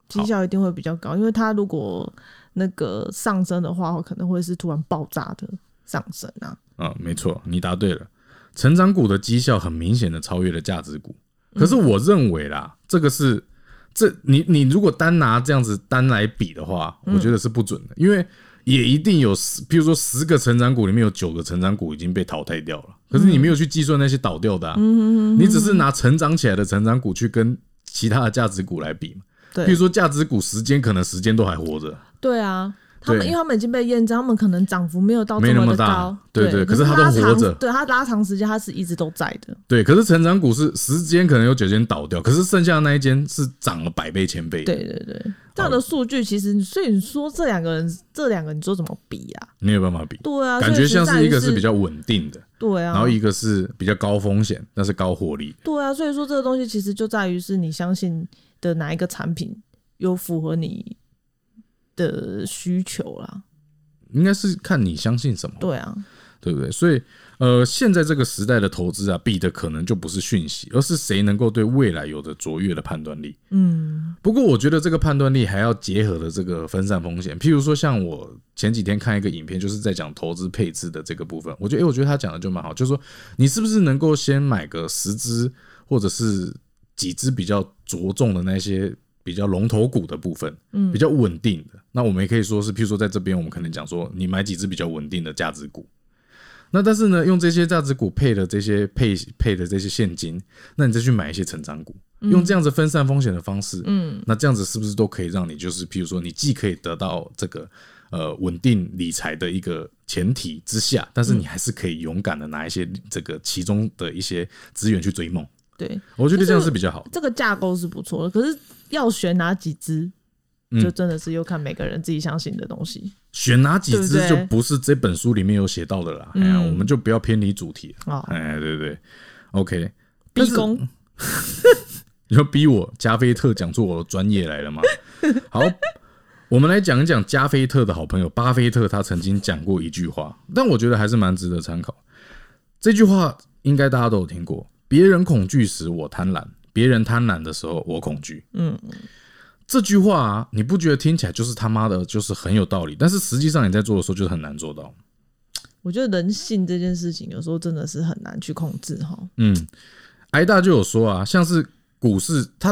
绩效一定会比较高，因为它如果那个上升的话，可能会是突然爆炸的上升啊。
啊、没错，你答对了。成长股的绩效很明显的超越了价值股，可是我认为啦，这个是这你你如果单拿这样子单来比的话，我觉得是不准的，因为也一定有十，譬如说十个成长股里面有九个成长股已经被淘汰掉了，可是你没有去计算那些倒掉的、啊，你只是拿成长起来的成长股去跟其他的价值股来比嘛，譬如
对，
说价值股时间可能时间都还活着，
对啊。他们
对
因为他们已经被验证，他们可能涨幅没有到
没
这
那么
的
大
高，
对对
对。
可是
是
它都
拉
活
长
着
对它拉长时间，它是一直都在的。
对，可是成长股是十间可能有九间倒掉，可是剩下的那一间是涨了百倍千倍的。
对对对，这样的数据其实，所以你说这两个人，这两个你说怎么比啊？
没有办法比，
对啊，
感
所
觉
以
像
实在
是
是
一个是比较稳定的，
对啊，
然后一个是比较高风险但是高获利。
对啊，所以说这个东西其实就在于是你相信的哪一个产品有符合你的需求啦。
应该是看你相信什么。
对啊，
对不对？所以，呃，现在这个时代的投资啊，比的可能就不是讯息，而是谁能够对未来有着卓越的判断力。
嗯
不过，我觉得这个判断力还要结合的这个分散风险。譬如说，像我前几天看一个影片，就是在讲投资配置的这个部分。我觉得，诶、我觉得他讲的就蛮好，就是说你是不是能够先买个十只或者是几只比较着重的那些比较龙头股的部分，
嗯
比较稳定的。那我们也可以说是，譬如说在这边，我们可能讲说你买几只比较稳定的价值股。那但是呢，用这些价值股配的这些配配的这些现金，那你再去买一些成长股，用这样子分散风险的方式，
嗯，
那这样子是不是都可以让你就是，譬如说你既可以得到这个呃稳定理财的一个前提之下，但是你还是可以勇敢的拿一些这个其中的一些资源去追梦。
对，
我觉得这样是比较好的。
这个架构是不错的，可是要选哪几只，
嗯
就真的是又看每个人自己相信的东西
选哪几
对
只
不对
就不是这本书里面有写到的啦。哎呀，
嗯
我们就不要偏离主题了。
啊。哦
哎，对对对，OK。但
逼
是
宫，
你要逼我加菲特讲出我的专业来了吗？好，我们来讲一讲加菲特的好朋友巴菲特，他曾经讲过一句话，但我觉得还是蛮值得参考。这句话应该大家都有听过：别人恐惧时我贪婪，别人贪婪的时候我恐惧。
嗯，
这句话啊，你不觉得听起来就是他妈的，就是很有道理？但是实际上你在做的时候就是很难做到。
我觉得人性这件事情有时候真的是很难去控制哈。
嗯，挨大就有说啊，像是股市，他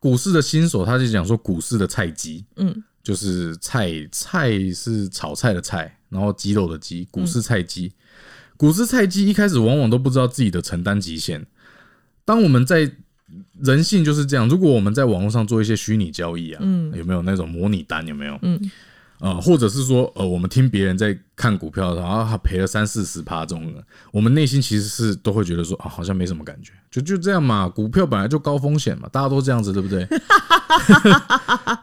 股市的新手，他就讲说股市的菜鸡，
嗯，
就是菜菜是炒菜的菜，然后鸡肉的鸡，股市菜鸡。股市菜鸡一开始往往都不知道自己的承担极限。当我们在人性就是这样，如果我们在网络上做一些虚拟交易啊，
嗯
有没有那种模拟单？有没有？
嗯，
呃，或者是说，呃，我们听别人在看股票，然啊后他赔了三四十趴这种的，我们内心其实是都会觉得说，啊，好像没什么感觉，就就这样嘛，股票本来就高风险嘛，大家都这样子，对不对？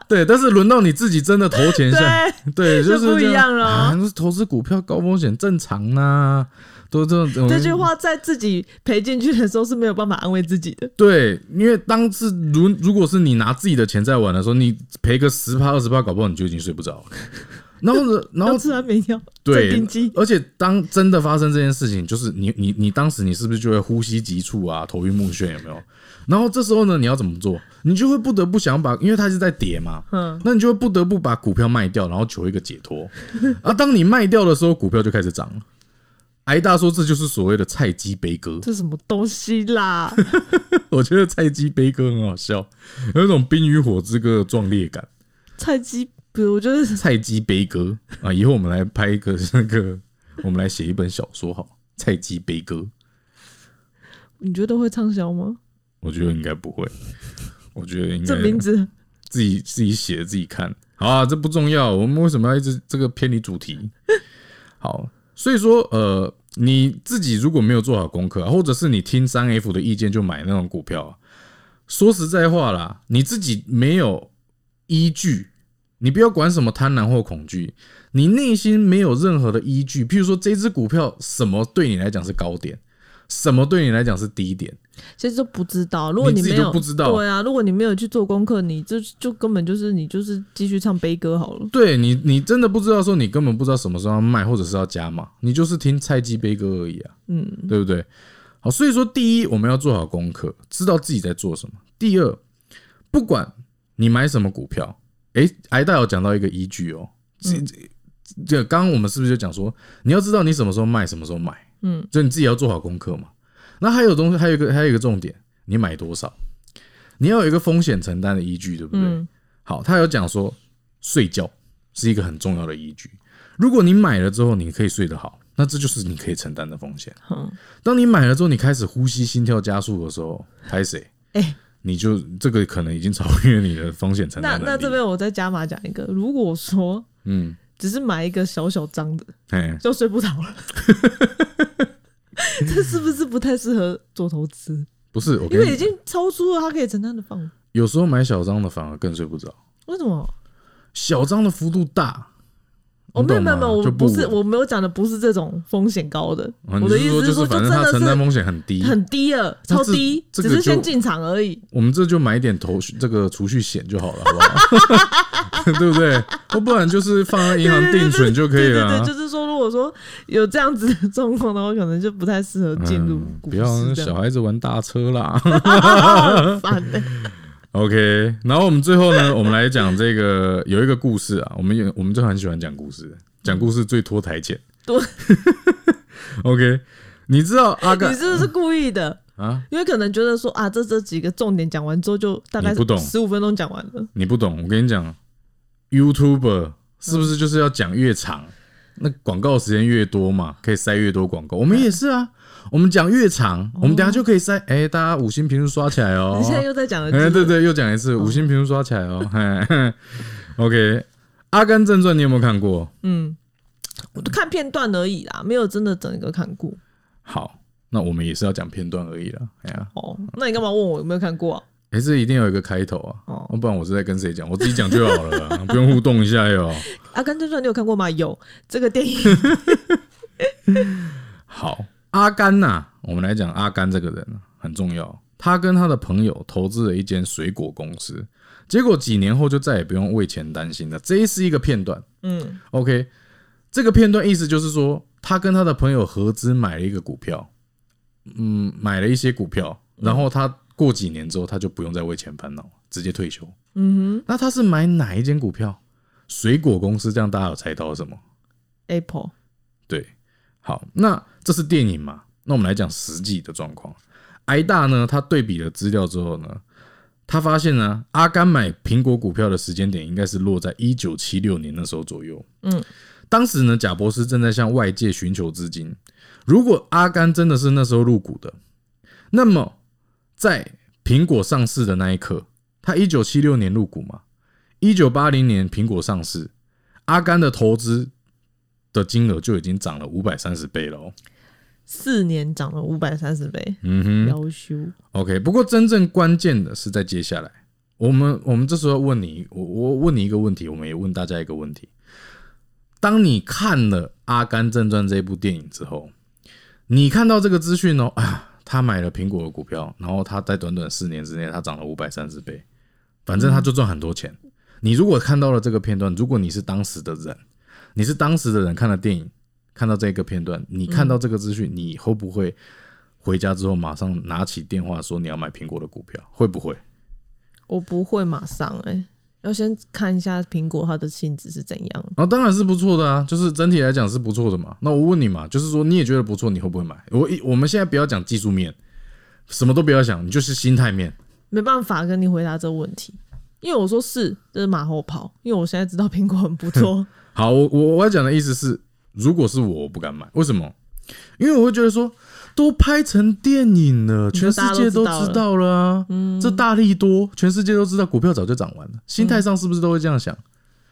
对，但是轮到你自己真的投钱 下，
对，
对，
就是不一
这
样了
啊，投资股票高风险正常呐、都这种
这句话在自己赔进去的时候是没有办法安慰自己的。
对，因为当是如如果是你拿自己的钱在玩的时候，你赔个十趴二十趴，搞不好你就已经睡不着了。然后呢，然后
要吃安眠药，镇
哦对呃
定剂，，
而且当真的发生这件事情，就是你你你当时你是不是就会呼吸急促啊，头晕目眩有没有？然后这时候呢，你要怎么做？你就会不得不想把，因为它是在跌嘛，
嗯，
那你就会不得不把股票卖掉，然后求一个解脱。 啊，当你卖掉的时候，股票就开始涨了。挨大说这就是所谓的菜鸡悲歌，
这什么东西啦？
我觉得菜鸡悲歌很好笑，有一种冰与火之歌的壮烈感。
菜鸡，比如我觉得
菜鸡悲歌啊，以后我们来拍一个那个，我们来写一本小说好，菜鸡悲歌。
你觉得会畅销吗？
我觉得应该不会，我觉得应该
这名字
自己自己写自己看。好啊，这不重要，我们为什么要一直这个偏离主 题？好，所以说呃，你自己如果没有做好功课、啊，或者是你听三 F 的意见就买那种股票啊、说实在话啦，你自己没有依据，你不要管什么贪婪或恐惧，你内心没有任何的依据。譬如说，这只股票什么对你来讲是高点，什么对你来讲是低点。
其实都不知道。如果
你自己
没有
都不知道
对啊，如果你没有去做功课，你就就根本就是你就是继续唱悲歌好了。
对你，你真的不知道说你根本不知道什么时候要卖或者是要加码，你就是听菜鸡悲歌而已啊，
嗯
对不对？好，所以说第一，我们要做好功课，知道自己在做什么。第二，不管你买什么股票，诶，挨大有讲到一个依据哦，这
嗯
这这刚刚我们是不是就讲说，你要知道你什么时候卖，什么时候买，
嗯，
就你自己要做好功课嘛。那还有东西，还有一个还有一个重点，你买多少，你要有一个风险承担的依据，对不对？
嗯
好，他有讲说睡觉是一个很重要的依据。如果你买了之后你可以睡得好，那这就是你可以承担的风险。
哼，
当你买了之后，你开始呼吸心跳加速的时候，拍谁？
哎
你就这个可能已经超越你的风险承
那
担
那
能
这
力。
边我再加码讲一个，如果说
嗯，
只是买一个小小张的，
哎，
就睡不着了。 这是不是不太适合做投资？
不是，我
因
跟
为已
你
经超出了他可以承担的范围。
有时候买小张的反而更睡不着，
为什么？
小张的幅度大。
我
你
哦没有
懂吗
没有没有，我
就
不是
稳
我没有讲的不是这种风险高的，
啊你
我的意思
是
说
是，
就
反
真
正他
的
承担
是
风险很低，
很低了，超低，
这
只
这个
是先
就
进场而已。
我们这就买一点头这个 储蓄险就好了， 好不好？对不对？要不然就是放在银行定存就可以了、
对对
啊
对，。就是说，如果果说有这样子的状况的话，可能就不太适合进入
嗯
股
不
市
要让
这
小
样。
孩子玩大车啦。
很 烦欸
OK，然后我们最后呢，我们来讲这个有一个故事啊，我们有我们就很喜欢讲故事，讲故事最拖台前。
对
OK，你知道阿甘
你是不是故意的？
啊？
因为可能觉得说啊，这这几个重点讲完之后，就大概
你不懂
十五分钟讲完了。
你不懂，我跟你讲，YouTuber 是不是就是要讲越长，那广告时间越多嘛，可以塞越多广告。我们也是啊，我们讲越长，我们等下就可以塞。哎、大家五星评论刷起来哦。
你现在又在讲了，
哎、对，对，又讲一次，五星评论刷起来哦。 嘿 OK，《阿甘正传》你有没有看过？
嗯，我都看片段而已啦，没有真的整个看过。
好，那我们也是要讲片段而已啦。哎呀，
哦，那你干嘛问我有没有看过啊？
哎、这一定要有一个开头啊，
哦
不然我是在跟谁讲？我自己讲就好了啦，不用互动一下哟。
《阿甘正传》你有看过吗？有这个电影，
好，阿甘呐、我们来讲阿甘这个人啊很重要。他跟他的朋友投资了一间水果公司，结果几年后就再也不用为钱担心了。这是一个片段
嗯，
，OK。这个片段意思就是说，他跟他的朋友合资买了一个股票，嗯，买了一些股票，然后他过几年之后，他就不用再为钱烦恼，直接退休。嗯哼，那他是买哪一间股票？水果公司，这样大家有猜到什么？
Apple，
对，好，那这是电影嘛？那我们来讲实际的状况。挨大呢，他对比了资料之后呢，他发现呢，阿甘买苹果股票的时间点应该是落在一九七六年那时候左右。
嗯，
当时呢，贾博士正在向外界寻求资金。如果阿甘真的是那时候入股的，那么在苹果上市的那一刻，他一九七六年入股嘛，一九八零年苹果上市，阿甘的投资的金额就已经涨了五百三十倍了、哦。
四年涨了五百三十倍，
嗯哼
要修。
，OK。不过真正关键的是在接下来，我们我们这时候问你，我我问你一个问题，我们也问大家一个问题：当你看了《阿甘正传》这部电影之后，你看到这个资讯哦，啊，他买了苹果的股票，然后他在短短四年之内，他涨了五百三十倍，反正他就赚很多钱。你如果看到了这个片段，如果你是当时的人，你是当时的人看了电影，看到这个片段，你看到这个资讯，你会不会回家之后马上拿起电话说你要买苹果的股票？会不会？
我不会马上哎、要先看一下苹果它的性质是怎样。
然后当然是不错的啊，就是整体来讲是不错的嘛。那我问你嘛，就是说你也觉得不错，你会不会买？我一我们现在不要讲技术面，什么都不要想，你就是心态面。
没办法跟你回答这个问题，因为我说是，这是马后炮。因为我现在知道苹果很不错，
好，我我我要讲的意思是，如果是我，我不敢买，为什么？因为我会觉得说，都拍成电影了，全世界嗯都知道了啊，这大力多，全世界都知道，股票早就涨完了，心态上是不是都会这样想？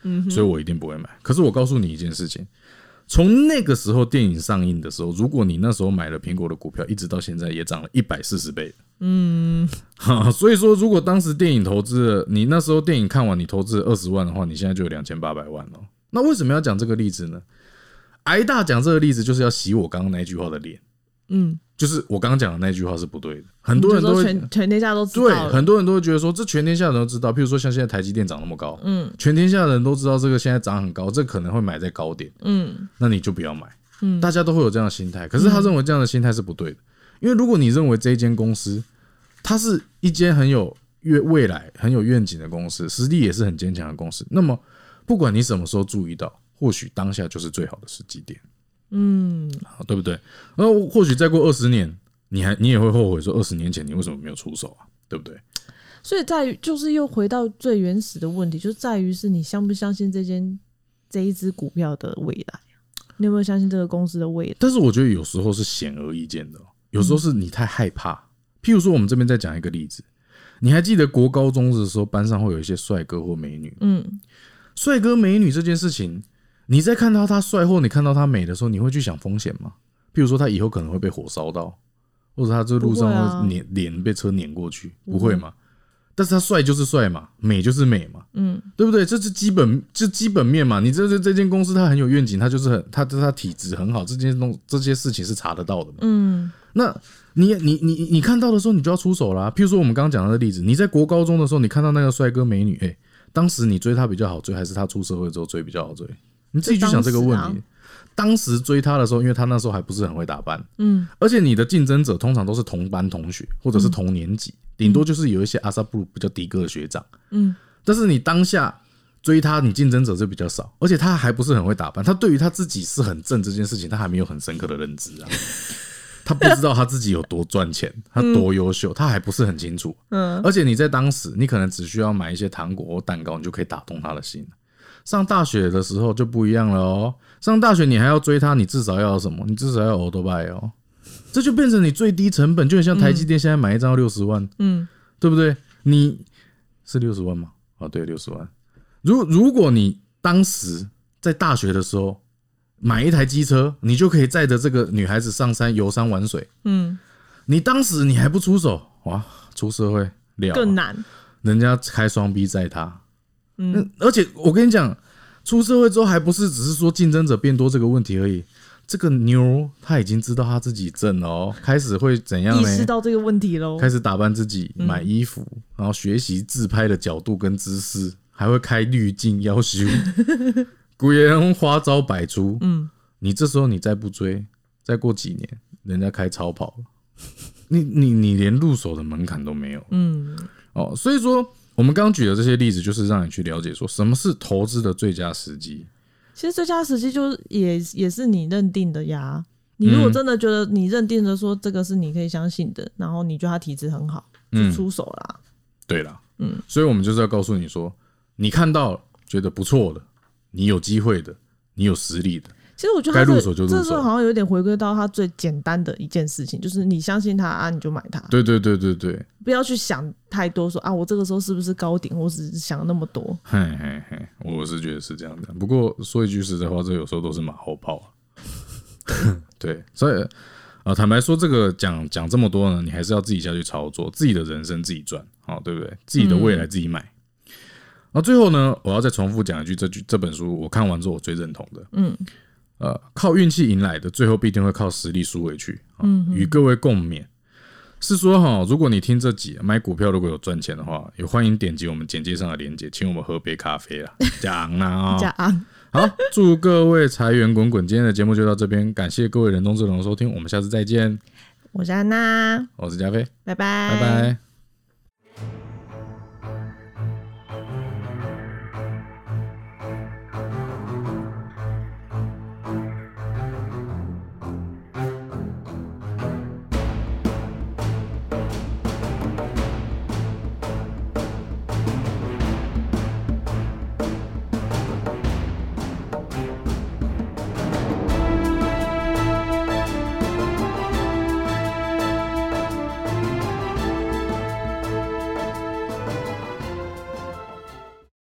嗯，所以我一定不会买。可是我告诉你一件事情，从那个时候电影上映的时候，如果你那时候买了苹果的股票，一直到现在也涨了一百四十倍。嗯， 所以说，如果当时电影投资了，你那时候电影看完，你投资二十万的话，你现在就有两千八百万了。那为什么要讲这个例子呢？挨大讲这个例子就是要洗我刚刚那句话的脸，
嗯，
就是我刚刚讲的那句话是不对的。 很多人都
你就说
会
全全天下都知
对，
道了，
很多人都会觉得说，这全天下人都知道。譬如说，像现在台积电涨那么高，
嗯
全天下人都知道这个现在涨很高，这可能会买在高点，
嗯
那你就不要买。
嗯
大家都会有这样的心态，可是他认为这样的心态是不对的，因为如果你认为这一间公司，它是一间很有越未来、很有愿景的公司，实力也是很坚强的公司，那么不管你什么时候注意到，或许当下就是最好的时机点，
嗯，
好对不对？然后或许再过二十年，你还你也会后悔说，二十年前你为什么没有出手啊？对不对？
所以在于就是又回到最原始的问题，就在于是你相不相信这间这一只股票的未来，你有没有相信这个公司的未来？
但是我觉得有时候是显而易见的哦，有时候是你太害怕。譬如说，我们这边再讲一个例子，你还记得国高中的时候，班上会有一些帅哥或美女，
嗯，
帅哥美女这件事情，你在看到他帅或你看到他美的时候，你会去想风险吗？譬如说，他以后可能会被火烧到，或者他这路上
不会啊
会碾脸被车碾过去，不会吗？但是他帅就是帅嘛，美就是美嘛，
嗯，
对不对？这是基本，这基本面嘛。你这这这间公司它很有愿景，它就是很，它它体质很好，这件东这些事情是查得到的嘛。
嗯
那你你你你看到的时候，你就要出手啦、譬如说我们刚刚讲到的例子，你在国高中的时候，你看到那个帅哥美女，哎、当时你追他比较好追，还是他出社会之后追比较好追？你自己去想这个问啊
就当
题
时。
当时追他的时候，因为他那时候还不是很会打扮，
嗯
而且你的竞争者通常都是同班同学或者是同年级，顶、多就是有一些阿萨布鲁比较低个的学长。
嗯，
但是你当下追他，你竞争者就比较少，而且他还不是很会打扮，他对于他自己是很正这件事情，他还没有很深刻的认知啊。他不知道他自己有多赚 钱，他多优秀，他还不是很清楚。
嗯，
而且你在当时，你可能只需要买一些糖果或蛋糕，你就可以打动他的心。上大学的时候就不一样了哦。上大学你还要追他，你至少要有什么？你至少要有 o l b y 哦。这就变成你最低成本，就很像台积电现在买一张六十万，
嗯，
对不对？你是六十万吗？哦，对，六十万。如如果你当时在大学的时候买一台机车，你就可以载着这个女孩子上山游山玩水。
嗯，
你当时你还不出手，哇，出社会了
更难，
人家开双逼载他。
嗯
嗯，而且我跟你讲，出社会之后还不是只是说竞争者变多这个问题而已。这个妞她已经知道她自己正了哦，开始会怎样
意识
呢？
到这个问题喽。
开始打扮自己，买衣服，
嗯
然后学习自拍的角度跟姿势，还会开滤镜要 修，古人花招百出。
嗯，
你这时候你再不追，再过几年，人家开超跑了，你你你连入手的门槛都没有。
嗯
哦，所以说我们刚刚举的这些例子，就是让你去了解说什么是投资的最佳时机。
其实最佳时机就是也也是你认定的呀。你如果
嗯
真的觉得你认定的说这个是你可以相信的，然后你觉得他体质很好，就
嗯
出手啦。
对啦，
嗯，
所以我们就是要告诉你说，你看到觉得不错的，你有机会的，你有实力的，
其实我觉得
该
他
入
这
手就入手
这时候好像有点回归到他最简单的一件事情，就是你相信他啊，你就买它，
对对对对对，
不要去想太多说啊，我这个时候是不是高点，我只是想那么多。
嘿嘿嘿，我是觉得是这样的。不过说一句实在话，这有时候都是马后炮、啊。对，所以呃，坦白说，这个讲讲这么多呢，你还是要自己下去操作，自己的人生自己赚，好、对不对？自己的未来自己买。那、最后呢，我要再重复讲一句，这句这本书我看完之后我最认同的，
嗯，
呃，靠运气赢来的，最后必定会靠实力输回去。嗯，与各位共勉。是说哈，如果你听这集买股票如果有赚钱的话，也欢迎点击我们简介上的链接，请我们喝杯咖啡啦， 讲啦啊、
加啊，
好，祝各位财源滚滚！今天的节目就到这边，感谢各位人中之龙的收听，我们下次再见。
我是安娜，
我是加菲，
拜拜，
拜拜。